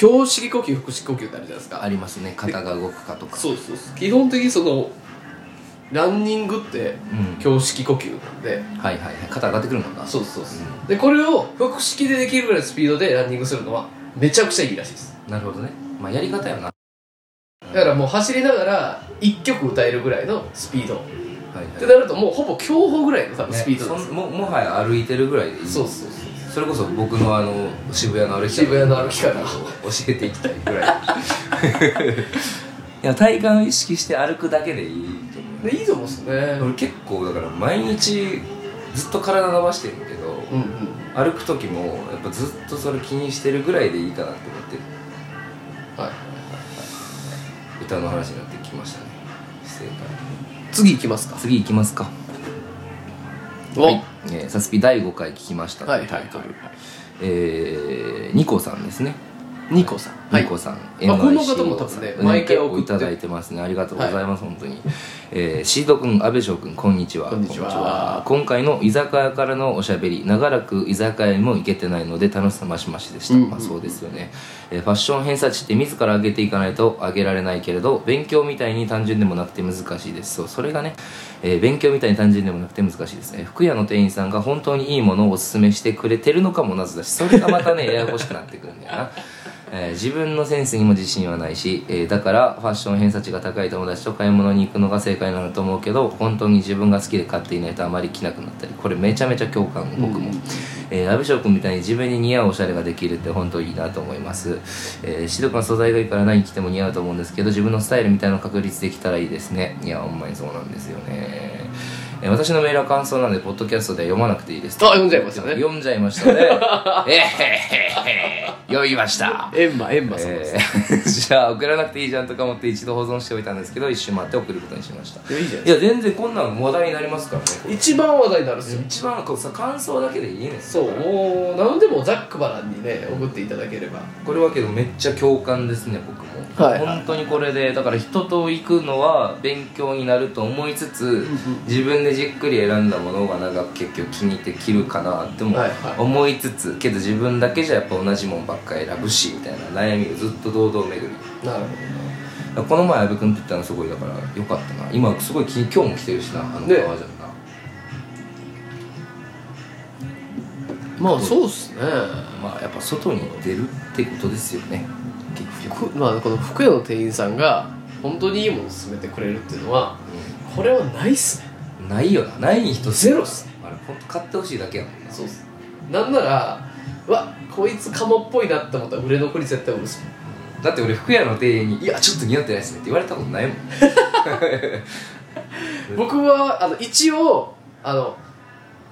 胸式呼吸腹式呼吸ってあるじゃないですか
ありますね肩が動くかとか
そうそうそう基本的にそのランニングって
うん
胸式呼吸なんで、
はいはいはい肩上がってくるのか
そうそうそう、
う
でこれを腹式でできるぐらいのスピードでランニングするのはめちゃくちゃいいらしいです
なるほどねまあやり方やなは
だからもう走りながら1曲歌えるぐらいのスピードっ
いはい
てなるともうほぼ競歩ぐらいの多分
ね
スピードなんですよ、
そんももはや歩いてるぐらいでいい
そうそうそう
それこそ僕のあの渋谷の歩き方
渋谷の歩き方
を教えていきたいぐらい いや体幹を意識して歩くだけでいいと思
でいいと思うんですよね
う俺結構だから毎日ずっと体伸ばしてるけど
うんうん
歩く時もやっぱずっとそれ気にしてるぐらいでいいかなって思ってる
はい
歌の話になってきましたね失礼から
次いきますか
次いきますか
お
はい、えーサスピ第5回聞きました
はい
と
は
う
いは
タ
い
イトルえーニコさんですね
ニコさんはい
ニコさん、
あこの方も多分ね
NYC
毎回送って
いただいてますねありがとうございます、本当に、えー、シード君安倍翔君こんにちは
こんにちは
今回の居酒屋からのおしゃべり長らく居酒屋にも行けてないので楽しさましましでした、
うんうん
まあ、そうですよね、えーファッション偏差値って自ら上げていかないと上げられないけれど勉強みたいに単純でもなくて難しいですそうそれがね、えー勉強みたいに単純でもなくて難しいですね服屋の店員さんが本当にいいものをおすすめしてくれてるのかも謎だしそれがまたね ややこしくなってくるんだよなえー自分のセンスにも自信はないし、えーだからファッション偏差値が高い友達と買い物に行くのが正解なんだと思うけど本当に自分が好きで買っていないとあまり着なくなったりこれめちゃめちゃ共感僕も、えー、安倍翔君みたいに自分に似合うおしゃれができるって本当いいなと思います、えー、シド君は素材がいいから何着ても似合うと思うんですけど自分のスタイルみたいなの確立できたらいいですねいやほんまにそうなんですよねえー私のメールは感想なのでポッドキャストでは読まなくていいです
あ読んじゃいましたね
読んじゃいましたね えへへへ読みました
エンマエンマさんです、
えーじゃあ送らなくていいじゃんとか思って一度保存しておいたんですけど一瞬待って送ることにしました
いやいいじゃない
いや全然こんなん話題になりますからね
一番話題になるんですよ、
一番こうさ感想だけでいいねん
そうもう何でもざっくばらんにね送っていただければ
これはけどめっちゃ共感ですね僕も、
はいはい
本当にこれでだから人と行くのは勉強になると思いつつ、
ん
自分でじっくり選んだものがなんか結局気に入って着るかなっても
はいはい
思いつつ、けど自分だけじゃやっぱ同じもんばっか選ぶしみたいな悩みをずっと堂々
な
巡り
るほ
だからこの前阿部君って言ったのすごいだからよかったな今すごい気に今日も来てるしなあの
ね
革ジャンな、
どまあそうっすね
まあやっぱ外に出るってことですよね結局、
ふまあこの服屋の店員さんが本当にいいものを勧めてくれるっていうのはこれはないっすね
うんないよなないに人
ゼロっすね
あれ本当買ってほしいだけやもんな
そうっすなんならうわこいつカモっぽいなって思ったら売れ残り絶対売るっすもん
だって俺服屋の店員に「いやちょっと似合ってないですね」って言われたことないもん
僕はあの一応あの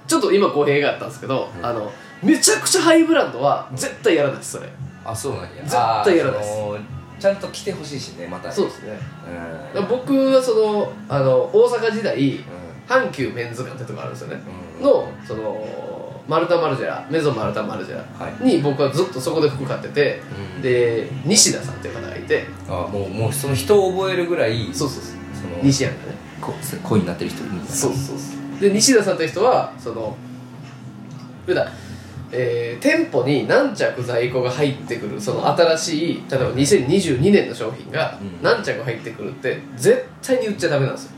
ちょっと今語弊があったんですけど、
うん
あのめちゃくちゃハイブランドは絶対やらないですそれ
あそうなんや
絶対やらないっす
あーそのちゃんと来てほしいしねまた
そう
う
ですねだから
ん
僕はそのあの大阪時代阪急メンズ館ってとこあるんですよね
うんうん
のそのマルタ・マルジェラメゾン・マルタ・マルジェ
は
ラに僕はずっとそこで服買ってて、
うん
で西田さんっていう方がいて
あもうもうその人を覚えるぐらい
そうそうそう
その
西山がね
こ恋になってる人いるんだ
そうそうそうで西田さんという人はその普段えー店舗に何着在庫が入ってくるその新しい例えば2022年の商品が
うん
何着入ってくるって絶対に売っちゃダメなんですよ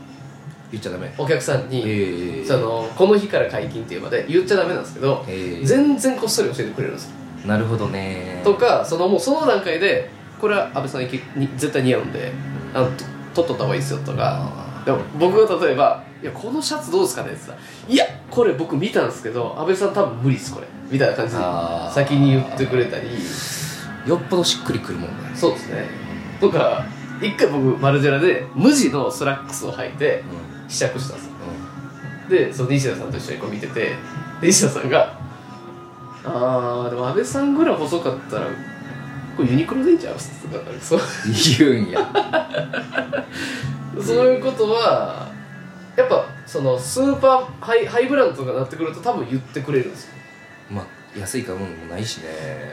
言っちゃダメ
お客さんに、
ええ
そのこの日から解禁っていうまで言っちゃダメなんですけど、
ええ
全然こっそり教えてくれるんですよ
なるほどね
とかそのもうその段階でこれは安倍さんにきに絶対似合うんであのと取っとった方がいいですよとか
あ
でも僕が例えば「いやこのシャツどうですかね?」って言ったら「いやこれ僕見たんですけど安倍さん多分無理ですこれ」みたいな感じで
あー
先に言ってくれたり
よっぽどしっくりくるもんだね
そうですねとか一回僕マルジェラで無地のスラックスを履いて
うん
試着したんですよでその西田さんと一緒にこう見ててで西田さんが「あーでも安倍さんぐらい細かったらこれユニクロでいいんちゃう?」とかそう
言うんや
そういうことはやっぱそのスーパーハイハイブランドとかなってくると多分言ってくれるんですよ
まあ安い買うものもないしね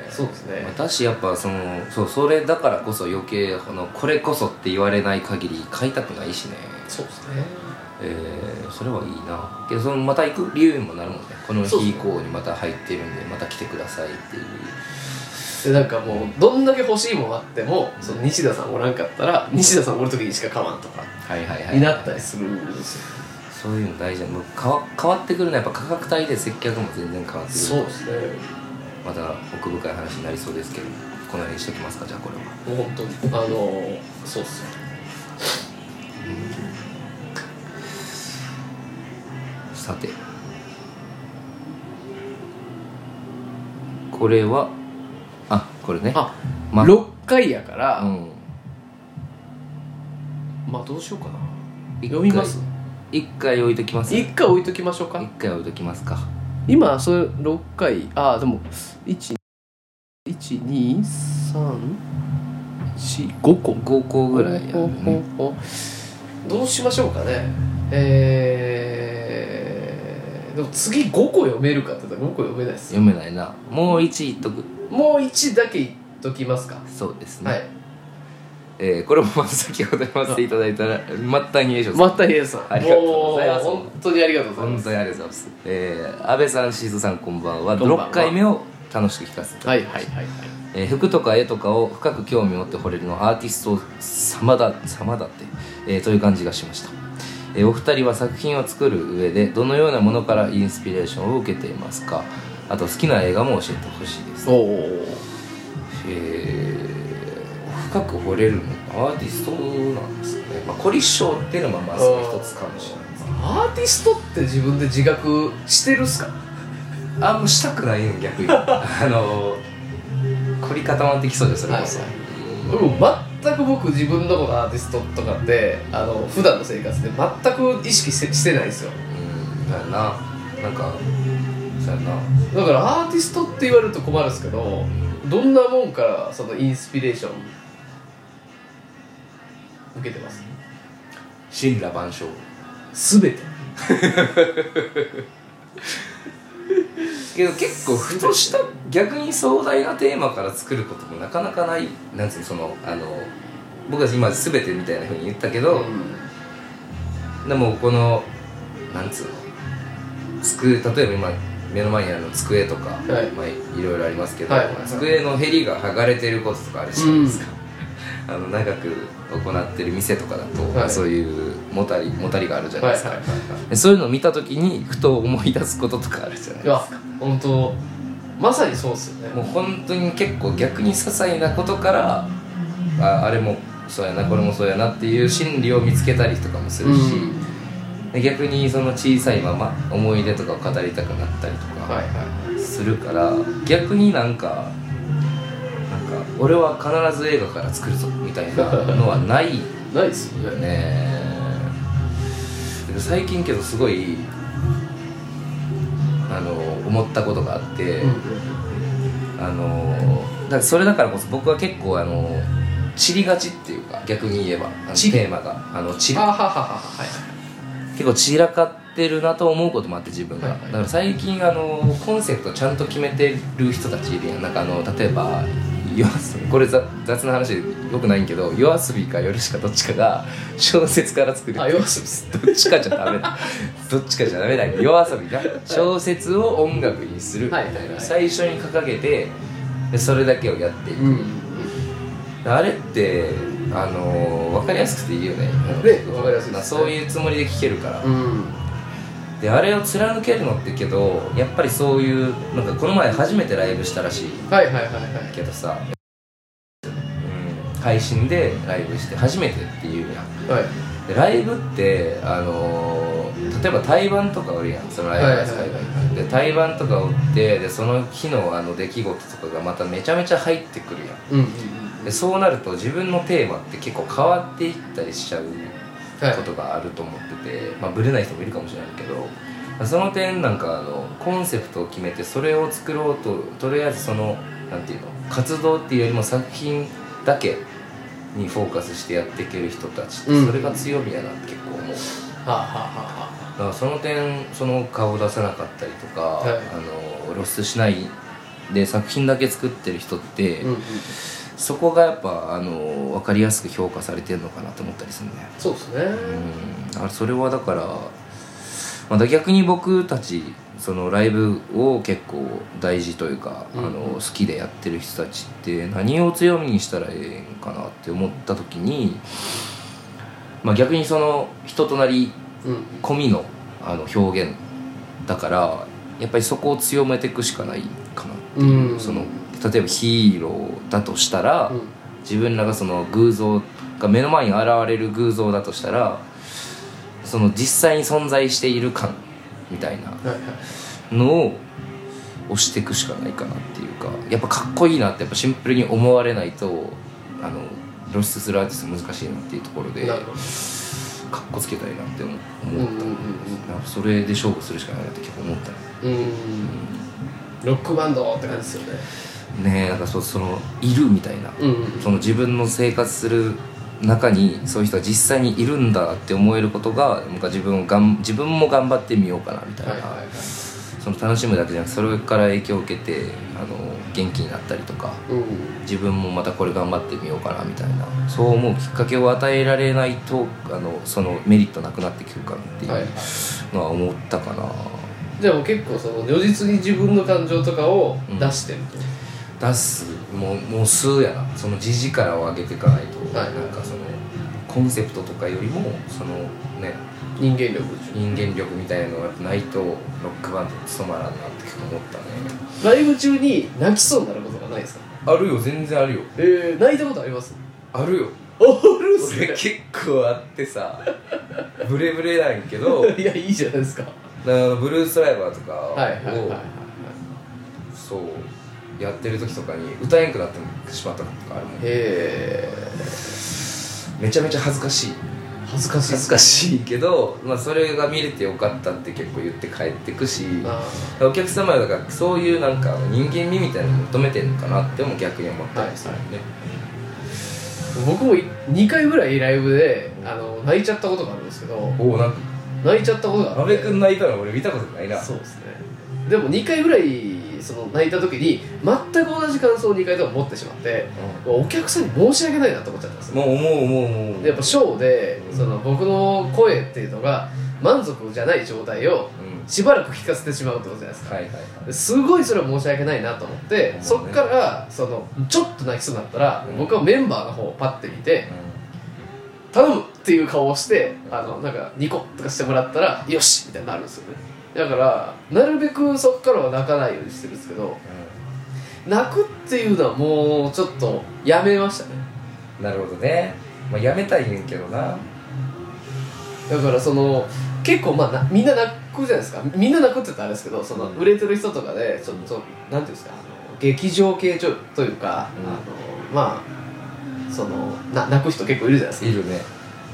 そうですね
まあだしやっぱそのそうそれだからこそ余計このこれこそって言われない限り買いたくないしね
そうですね
えー、それはいいなけどそのまた行く理由にもなるもんねこの
そうそう
日以降にまた入ってるんでまた来てくださいっていう
でなんかもうどんだけ欲しいもんあってもその西田さんおらんかったら西田さんおる時にしか買わんとか
はいはいはい
になったりするんですよ
そういうの大事だもうかわ変わってくるのはやっぱ価格帯で接客も全然変わってくる
そうですね
また奥深い話になりそうですけどこの辺にしときますかじゃあこれは
もう本当にあのそうっすよ
さてこれはあこれね
あ、
ま
6回やから、
うん
まあどうしようかな
一回
読みます
一回置いときます一
一回置いときましょうか
回置いときますか
今それ6回ああでも12345個
5個ぐらいあるね
おおおどうしましょうかねえー、でも次5個読めるかって言ったら5個読めないですよ
読めないなもう1いっとく
もう1だけ言っときますか、
そうですね、
はい
えーこれもまた先ほど読ませていただいたら末端にでしょ
またヒデさん
ありがとうございます
もう本当にありがとうございま
本
す
当にありがとうございます、えー、安倍さんシーズさんこんばんは
こんばんは
6回目を楽しく聞かせていただきます
はいはいはいはい
えー服とか絵とかを深く興味を持って惚れるのはアーティスト様だ様だって、えーという感じがしました、えーお二人は作品を作る上でどのようなものからインスピレーションを受けていますかあと好きな映画も教えてほしいです、
おお
えー深く惚れるのアーティストなんですね、まあ、凝り性っていうのもまあその一つかもしれないです
アーティストって自分で自覚してるっすか
あんましたくないん 逆にあの凝り固まってきそうですそれこそ、
はいうん全く僕自分のことアーティストとかってあの普段の生活で全く意識せしてないんですよ
うんだよななんかそうやな
だからアーティストって言われると困るんですけどどんなもんからそのインスピレーション受けてます
神羅万象
全て
けど結構ふとした逆に壮大なテーマから作ることもなかなかないなんつうのそのあの僕は今全てみたいなふうに言ったけど、でもこのなんつうの机例えば今目の前にあるの机とか、
はい
まあ、いろいろありますけど、
はい
机のへりが剥がれてることとかあるじゃないですか、 あの長く行ってる店とかだと、
はい
そういうもたりもたりがあるじゃない
はいは
で
い
すか、
はい
でそういうのを見た時にふと思い出すこととかあるじゃない
いや本当まさにそうっすよ
もう
ね
本当に結構逆に些細なことからああれもそうやなこれもそうやなっていう心理を見つけたりとかもするし、で逆にその小さいまま思い出とかを語りたくなったりと
はい
か
は
するから、逆になんかなんか俺は必ず映画から作るぞみたいなのはないよ
いないっすよね
ねで最近けどすごいあの思ったことがあって。あのーだからそれだからこそ僕は結構あのー散りがちっていうか逆に言えばあの
散る
テーマがあの散る
あはははははい
結構散らかってってるなと思うこともあって自分が、
はいはい
だから最近あのコンセプトちゃんと決めてる人たちいるやんなんかあの例えば夜遊びこれざ雑な話でよくないんけど夜遊びか夜しかどっちかが小説から作る
あ夜遊びっす
どっちかじゃダメ だどっちかじゃダメだ夜遊びが小説を音楽にするみたいな、
はいはいはい
最初に掲げてでそれだけをやっていく、あれってあの分かりやすくていいよね
ねわかりやすいですね
まあそういうつもりで聞けるから、
うん
であれを貫けるのってけどやっぱりそういうなんかこの前初めてライブしたらしい
はいはいはいはい
けどさ、うん、配信でライブして初めてっていうやん
はい
でライブってあのー例えば対バンとかおるやんそのライブハウス
はいはいはい
海外で対バンとかおってでその日のあの出来事とかがまためちゃめちゃ入ってくるやん
うんうんうん
でそうなると自分のテーマって結構変わっていったりしちゃう
はい
ことがあると思ってて、まあぶれない人もいるかもしれないけどその点なんかあのコンセプトを決めてそれを作ろうととりあえずそのなんていうの活動っていうよりも作品だけにフォーカスしてやっていける人たちって
うん
それが強みやなって結構思う、だ
はあはあはあは
からその点その顔を出さなかったりとか、
はい
あの露出しないで作品だけ作ってる人って、
あうんうん
そこがやっぱあの分かりやすく評価されてるのかなと思ったりするね
そうですね
うんあそれはだから、まあ、逆に僕たちそのライブを結構大事というか、
うん
あの好きでやってる人たちって何を強みにしたらええんかなって思った時に、まあ、逆にその人となり
うん
込みのあの表現だからやっぱりそこを強めていくしかないかなっていう、
うん
その例えばヒーローだとしたら、
うん
自分らがその偶像が目の前に現れる偶像だとしたらその実際に存在している感みたいな
はいはい
のを押していくしかないかなっていうかやっぱかっこいいなってやっぱシンプルに思われないとあの露出するアーティスト難しいなっていうところで
な
か
るほど
っこつけたいなって思
うん
思
う
っ
んうん
た、なんかそれで勝負するしかないなって結構思ったね
うんうんロックバンドって感じですよね
ねえなんかそうそのいるみたいな
うん
その自分の生活する中にそういう人が実際にいるんだって思えることがなんか自分をがん自分も頑張ってみようかなみたいな、
はいはいはい
その楽しむだけじゃなくてそれから影響を受けてあの元気になったりとか
うん
自分もまたこれ頑張ってみようかなみたいなそう思うきっかけを与えられないとあのそのメリットなくなってくるかなっていう
はいはい
のは思ったかな、
じゃあもう結構その如実に自分の感情とかを出してると、
出すもうもう数やなその時事からを上げていかないと、
はい
なんかそのコンセプトとかよりもそのね
人間力でし
人間力みたいなのがやっぱないとロックバンドって務まらんなって思ったね
ょライブ中に泣きそうになることがないですか
あるよ全然あるよ
えー、泣いたことあります
あるよ
あるっすね
俺結構あってさブレブレなんやけど だか
いやいいじゃないですかは
らブルーストライバーとかを、
いはいはいはい
そうやってる時とかに歌えんくなってしまったことがあるもん
へ
めちゃめちゃ恥ずかしい
え恥ずかしい
恥ずかしいけど、まあ、それが見れてよかったって結構言って帰ってくし
あ
お客様がそういうなんか人間味みたいなの求めてるのかなっても逆に思ったりするよね、
ー僕も2回ぐらいライブであの泣いちゃったことがあるんですけど
おおなんか
泣いちゃったことがあ
阿
っ
部
て
君泣いたの俺見たことないな
そうですねでも2回ぐらいその泣いた時に全く同じ感想を2回とも持ってしまってお客さんに申し訳ないなと思っちゃったんですよ
もう思う思う思う
でやっぱショーでその僕の声っていうのが満足じゃない状態を
うん
しばらく聞かせてしまうってことじゃないですか
はいはいはい
すごいそれは申し訳ないなと思って、
まあね
そっからそのちょっと泣きそうになったら、
うん
僕はメンバーの方をパッて見て「頼む!」っていう顔をしてあのなんかニコッとかしてもらったら「よし!」みたいになるんですよねだからなるべくそっからは泣かないようにしてるんですけど
う
泣くっていうのはもうちょっとやめましたね
んなるほどねまあやめたいねんけどな
だからその結構まあなみんな泣くじゃないですかみんな泣くって言ったらあれですけどその売れてる人とかでちょっとなんていうんですかあの劇場系とというか、
うん
あのまあそのな泣く人結構いるじゃないですか
いるね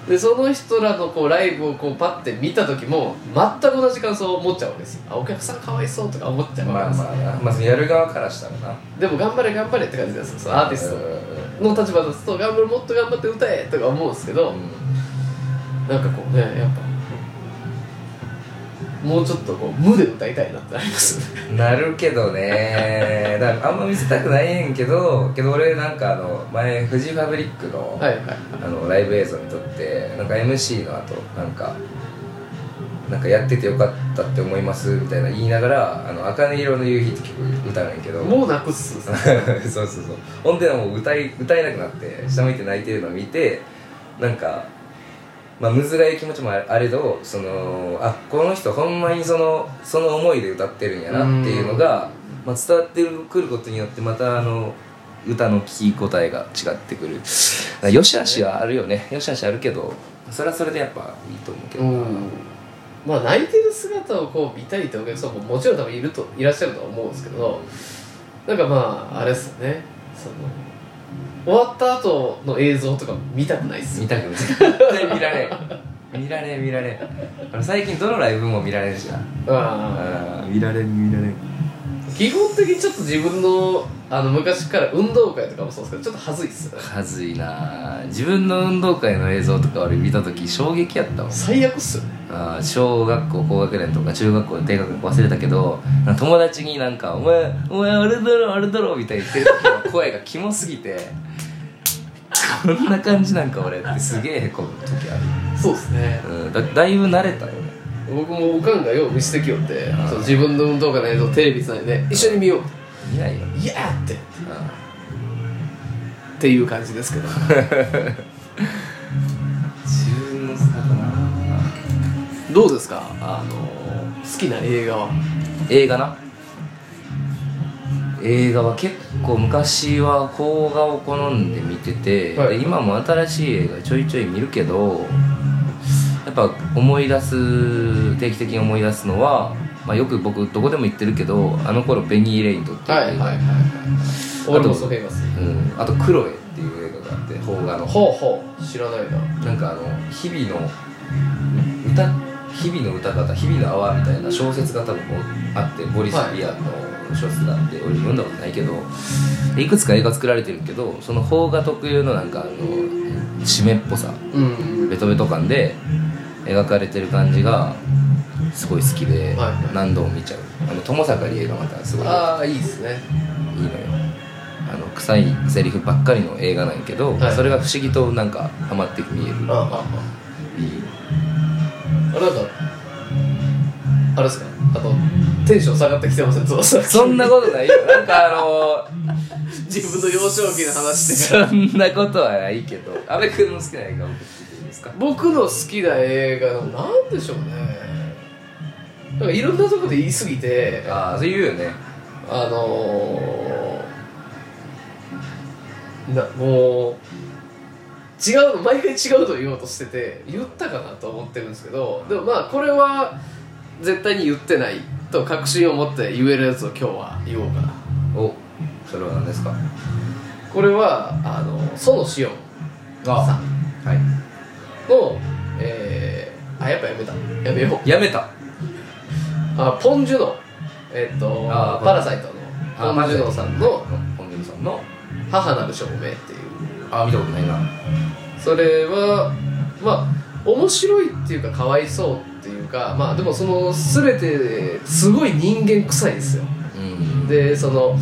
でその人らのこうライブをこうパッて見た時も全く同じ感想を持っちゃうわけですよあお客さんかわいそうとか思っちゃうわけ
まあ
です、
まあなまあそのやる側からしたらな
でも頑張れ頑張れって感じなんですよそのアーティス
う
トの立場だと頑張るもっと頑張って歌えとか思うんですけど、
ん
なんかこうねやっぱもうちょっとこう無で歌いたいなってありますね
なるけどねだからあんま見せたくないんやけどけど俺なんかあの前フジファブリックの,、
はいはい
あのライブ映像に撮ってなんか MC の後なんかなんかやっててよかったって思いますみたいな言いながら「あの茜色の夕日」って曲歌うんやけど
もうなくすっすね
そうそうそうほんでもう歌い歌えなくなって下向いて泣いてるのを見てなんかまあむずらい気持ちもああれどそのあこの人ほんまにそのその思いで歌ってるんやなっていうのが、まあ、伝わってくることによってまたあの歌の聞き応えが違ってくるよしあしはあるよねよしあしあるけどそれはそれでやっぱいいと思うけどな
まあ泣いてる姿をこう見たいってお客さんももちろん多分いるといらっしゃるとは思うんですけどなんかまああれですよねその終わった後の映像とか見たくないっす
見
よ
たくない絶対見られん見られん見られんあの最近どのライブも見られるじゃん
あ
あー見られん見られん
ー基本的にちょっと自分のあの昔から運動会とかもそうですけどちょっと恥ずいっすよね
はずいな自分の運動会の映像とか俺見た時衝撃やったもん
最悪っすよね
あー小学校高学年とか中学校低学年忘れたけどなんか友達になんか「お前お前あれだろあれだろ」みたいに言ってる時の声がキモすぎてこんな感じなんか俺ってすげえへこむ時あ
そうですね
る、うん、だだいぶ慣れたよね
僕もおかんがよう見せてきよって
あー
そう自分の運動会の映像テレビつないで一緒に見ようって
見ないよ、
「いやー!」ってっ
うん
ていう感じです けど
自分の魚
どうですかあの好きな映画は
映画な映画は結構昔は邦画を好んで見てて、
はい
で今も新しい映画ちょいちょい見るけどやっぱ思い出す定期的に思い出すのは、まあ、よく僕どこでも言ってるけどあの頃ペニー・レイントっていう映画、
はい俺もそう映画です
うん、あと「クロエ」っていう映画があって邦画の
ほうほう知らないな
なんかあの日々の歌日々の歌方日々の泡みたいな小説が多分あってボリス・ビアンの小説があって、俺読んだことないけどいくつか映画作られてるけどその邦画特有のなんかあの湿っぽさ
うん
ベトベト感で描かれてる感じがすごい好きで、
はいはい
何度も見ちゃうあの友坂理恵がまたすごい
ああいいですね
いいのよあの臭いセリフばっかりの映画なんやけど、
はい
それが不思議となんかハマって見える
あああ
いい
ああなんかあれですかあとテンション下がってきてませんそうそう
そんなことないよ。なんかあ の
自分の幼少期の話で
そんなことはないけど、阿部君の好きな映画を送っていいですか
僕の好きな映画のなんでしょうねなんかいろんなとこで言い過ぎてあ
ああ、そう言うよね。
のー、なもう違うの毎回違うと言おうとしてて言ったかなと思ってるんですけどでもまあこれは絶対に言ってないと確信を持って言えるやつを今日は言おうかな
お、それは何ですか
これはあの園志音さん
あ。は
のえー、あやっぱやめたやめよう
い。やめた。
あポン・ジュノ、えっと
あー
パラサイトの
あ
ポン・ジュノさんの
本人さんの。
「母なる証明」っていう
ああ、見たことないな。
それはまあ面白いっていうかかわいそうっていうかまあでもその全てすごい人間臭いんですよ
うん。
でその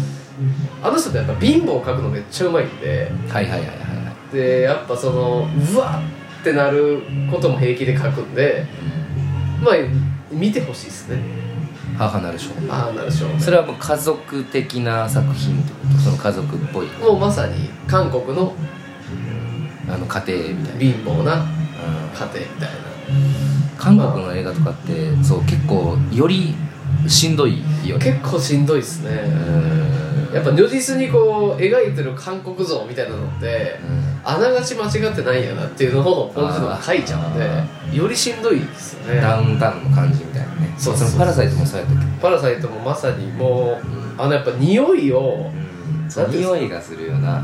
あの人ってやっぱ貧乏を描くのめっちゃうまいんで
はいはいはいはいはい。
でやっぱそのうわっってなることも平気で描くんでまあ見てほしいですね
母なる賞。
ああなる証明
それはもう家族的な作品ってことその家族っぽい。
もうまさに韓国の
あの家庭みたい
貧乏な
な。うん
家庭みたい
韓国の映画とかって、そう、結構、よりしんどいよ
な
ね。
結構しんどいっす
う
ね
ん
やっぱ如実にこう描いてる韓国像みたいなのって
うん
あながち間違ってないんやなっていうのをポンジュノが書いちゃうんでよりしんどいですよ
ダ
ね
ウンタウンの感じみたいなね
そうそうそう
のパラサイトもそうやったけど
パラサイトもまさにもうあのやっぱ匂いを
そう匂いがするよな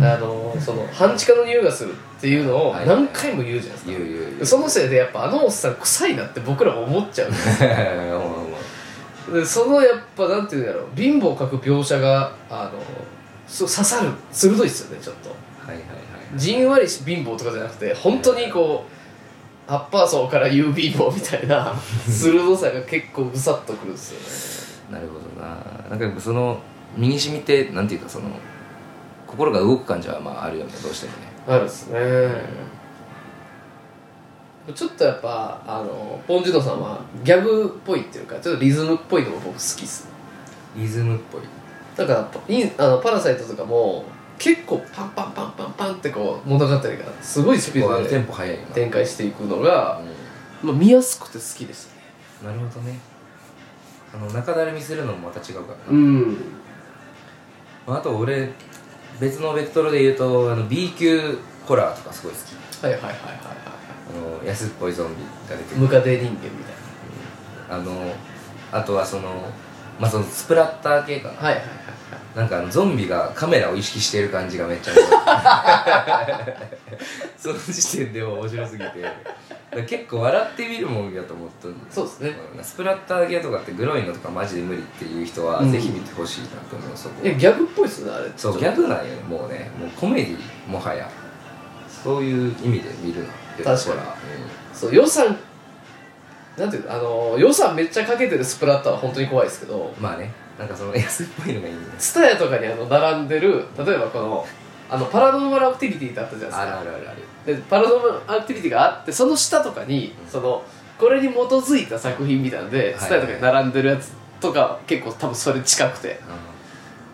あのその半地下の匂いがするっていうのを
はい
何回も言うじゃない
言う
で
言う言う
すかそのせいでやっぱあのおっさん臭いなって僕らも思っちゃう
思う思う
でそのやっぱなんていうんだろう貧乏を描く描写があのそう刺さる鋭いっすよねちょっと
はいはいはい
じんわりし貧乏とかじゃなくて本当にこう葉っぱ層から郵便棒みたい な鋭さが結構ぐさっとくるんですよね
なるほどななんかその身に染みてなんていうかその心が動く感じはまああるよねどうしてもね
あるですねちょっとやっぱあのポンジュノさんはギャグっぽいっていうかちょっとリズムっぽいのも僕好きっすね
リズムっぽい
だからパインあのパラサイトとかも結構パンパンパンパンパンってこう物語がすごいスピ
結構あ
ー
の
ド
テ
で
ンポ早いよな、
展開していくのが、
う
まあ、見やすくて好きですね
んなるほどねあの中だるみするのもまた違うからな、
ん
まあ、あと俺別のベクトルで言うとあの B 級ホラーとかすごい好き
はいはいはいはい
あの安っぽいゾンビが
は
出て
い
くる
ムカデ人間みたい
あのあとはそのまあそのスプラッター系かな
なはいはいはい
なんかあのゾンビがカメラを意識してる感じがめっちゃ面 白いその時点でも面白すぎてだから結構笑って見るもんやと思ったんです
そうですね
スプラッター系とかってグロいのとかマジで無理っていう人は
うん
ぜひ見てほしいなと思う、そこ
いやギャグっぽいっすねあれ
そうギ
ちょっ
ャグなんよねもうねもうコメディもはやそういう意味で見るの
確かにとそう予算なんていうのあの予算めっちゃかけてるスプラッターは本当に怖いですけど
うんまあねなんかその安っぽいのがいいんです
ツタヤとかにあの並んでる例えばこのあのパラノーマルアクティビティってあったじゃないですか
あるあるあるある
でパラノーマルアクティビティがあってその下とかにそのこれに基づいた作品みたいなんで
はい
スタイとかに並んでるやつとか結構多分それ近くて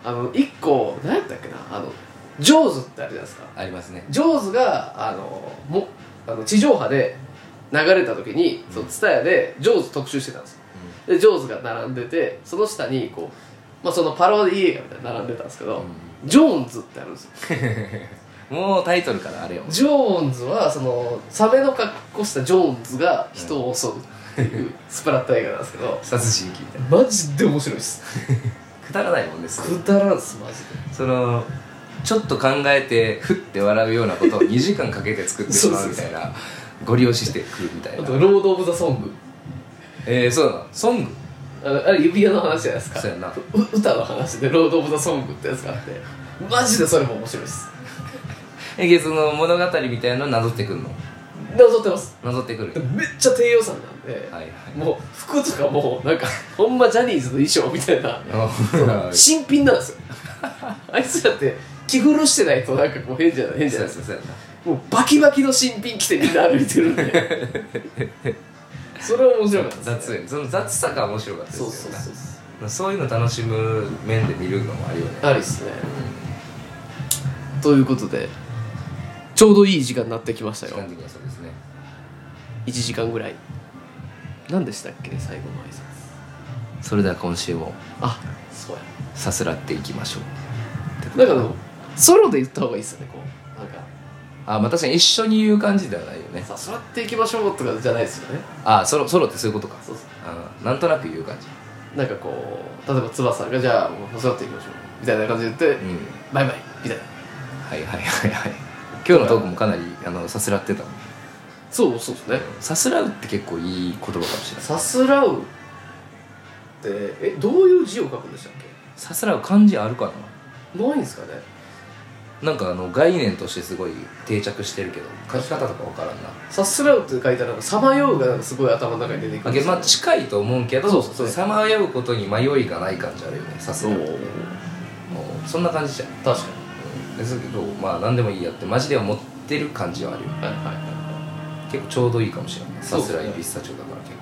あの一個何やったっけなあのジョーズってあるじゃないですか
ありますね
ジョーズがあのもあの地上波で流れた時にそうツタヤでジョーズ特集してたんですよでジョーズが並んでてその下にこう、まあ、そのパロディ映画みたいなの並んでたんですけど、ジョーンズってあるんですよ
もうタイトルからあれよ
ジョーンズはそのサメの格好したジョーンズが人を襲うっていうスプラッタ映画なんですけど
殺人鬼みたいな
マジで面白いっす
くだらないもんです
くだらんっすマジ
そのちょっと考えてふって笑うようなことを2時間かけて作ってしまうみたいなご利用ししてくるみたい
であ
な
と「ロード・オブ・ザ・ソング
えー、そうだなソング」
あのあれ指輪の話じゃないですか
そうやな
う歌の話で「ロード・オブ・ザ・ソング」ってやつがあってマジでそれも面白いっす
えげその物語みたいなのなぞってくるの
なぞってます
なぞってくる
でめっちゃ低予算なんで、
はいはい
もう服とかもうなんかほんまジャニーズの衣装みたいな
あ
新品なん ですよあいつだって着古してないとなんかこう変じゃない変じゃ
そう
ないで
や
すか
そうやな
もうバキバキの新品着てみんな歩いてるんで それは面白かったですね
雑やその雑さが面白かったです
そ
よ
う
ね
そうそうそ
そういうの楽しむ面で見るのもあるよね
うありっすねということでちょうどいい時間になってきました
時
よ
間的にはそうですね
1時間ぐらい何でしたっけ最後の挨拶
それでは今週も
あそうや
さすらっていきましょう
なんかあのソロで言った方がいいっすよねこうなんか
あまあ確かに一緒に言う感じではないよね
さあ座っていきましょうとかじゃないですよね
あソロソロってそういうことか
そうそう
あなんとなく言う感じ
なんかこう例えば翼がじゃあもう座っていきましょうみたいな感じで言って、
うん
バイバイみたいな
はいはいはいはい今日のトークもかなりあのさすらってたもん
そうそうですね
さすらうって結構いい言葉かもしれない
さすらうってえどういう字を書くんでしたっ
さすらう漢字あるか
けないんですかね
ななんかあの概念としてすごい定着してるけど書き方とかわからんな
さすらうって書いたらさまようがなんかすごい頭の中に出てく
あ
る
けどまあ近いと思うけ
そ
ど
うそうそう
さまようことに迷いがない感じあるよねさす
そう
らうおそんな感じじゃん
確か
うんですけどまあ何でもいいやってマジで思ってる感じはあるよ
にはいはいは
結構ちょうどいいかもしれない
そ
さ
う
すらいピスタチオだから結構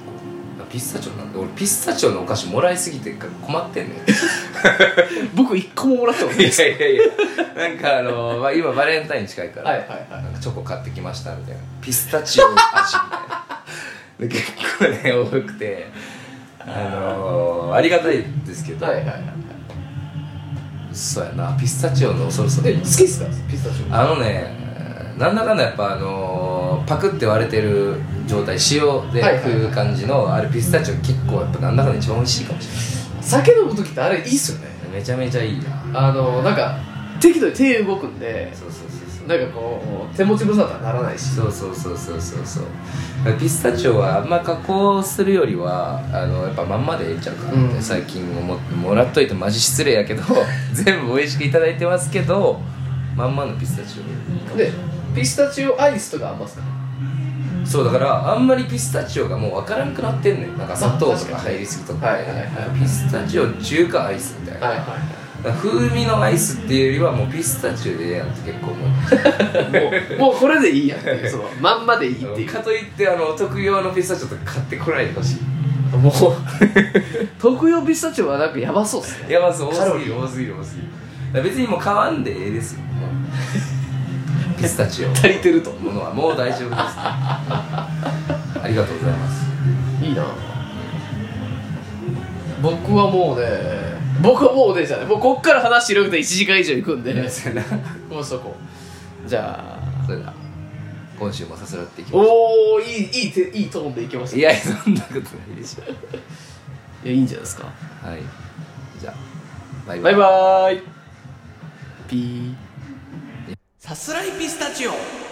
あピスタチオなんで俺ピスタチオのお菓子もらいすぎて困ってん ねん
い
い
僕一個ももらったことないです
やいやいやなんかあの、まあ、今バレンタイン近いから、
はいはいはい
なんかチョコ買ってきましたみたいなピスタチオ味 みたいなで結構ね多くてあのありがたいですけど、
はいはいはい
そうやなピスタチオのそろそろ
え好きっすかピスタチオ
あのねなんだかんだやっぱあのーパクって割れてる状態塩で
はいはい
食う感じのあれピスタチオ結構やっぱなんだかんだ一番美味しいかもし
酒飲む時ってあれいいっすよね
れないめちゃめちゃいいな
あのなんか適度に手動くんで
そうそうそう
なんかこう手持ち無沙汰にならないし
そうそうそうそうそうそうだからピスタチオはあんま加工するよりはあのやっぱまんまでええんちゃうかなって、
うん
最近思ってもらっといてマジ失礼やけど 全部美味しくいただいてますけどまんまのピスタチオ
でピスタチオアイスとかあんますか
そうだからあんまりピスタチオがもう分からんくなってんねんなんか砂糖
まあ
と
確
か
かに
入りすぎとか、
はいはいはい
ピスタチオ中華アイスみたいな、
はい
だから風味のアイスっていうよりはもうピスタチオでええやんって結構思う
はいもうもうこれでいいやっていうそのまんまでいいっていう
かといってあの特用のピスタチオとか買ってこないで ほしい
もう特用ピスタチオはなんかやばそうっすね
いやまず多
カロ
す
リ
ぎる多すぎる多すぎるだから別にもう買わんでええですよも うピスタチオ
足りてると
ものはもう大丈夫ですありがとうございます
いいな僕はもうね僕はもうねじゃないもうこっから話広くて1時間以上行くんで
そうやな
もうそこじゃあ
それでは今週もさすらっていきましょ
おおいいいいていいトーンでいけまし
う
た
い
ね
やそんなことないでしょ
いやいいんじゃないですか
はいじゃあバイバ
バ
イ
イバーイピーさすらいピスタチオ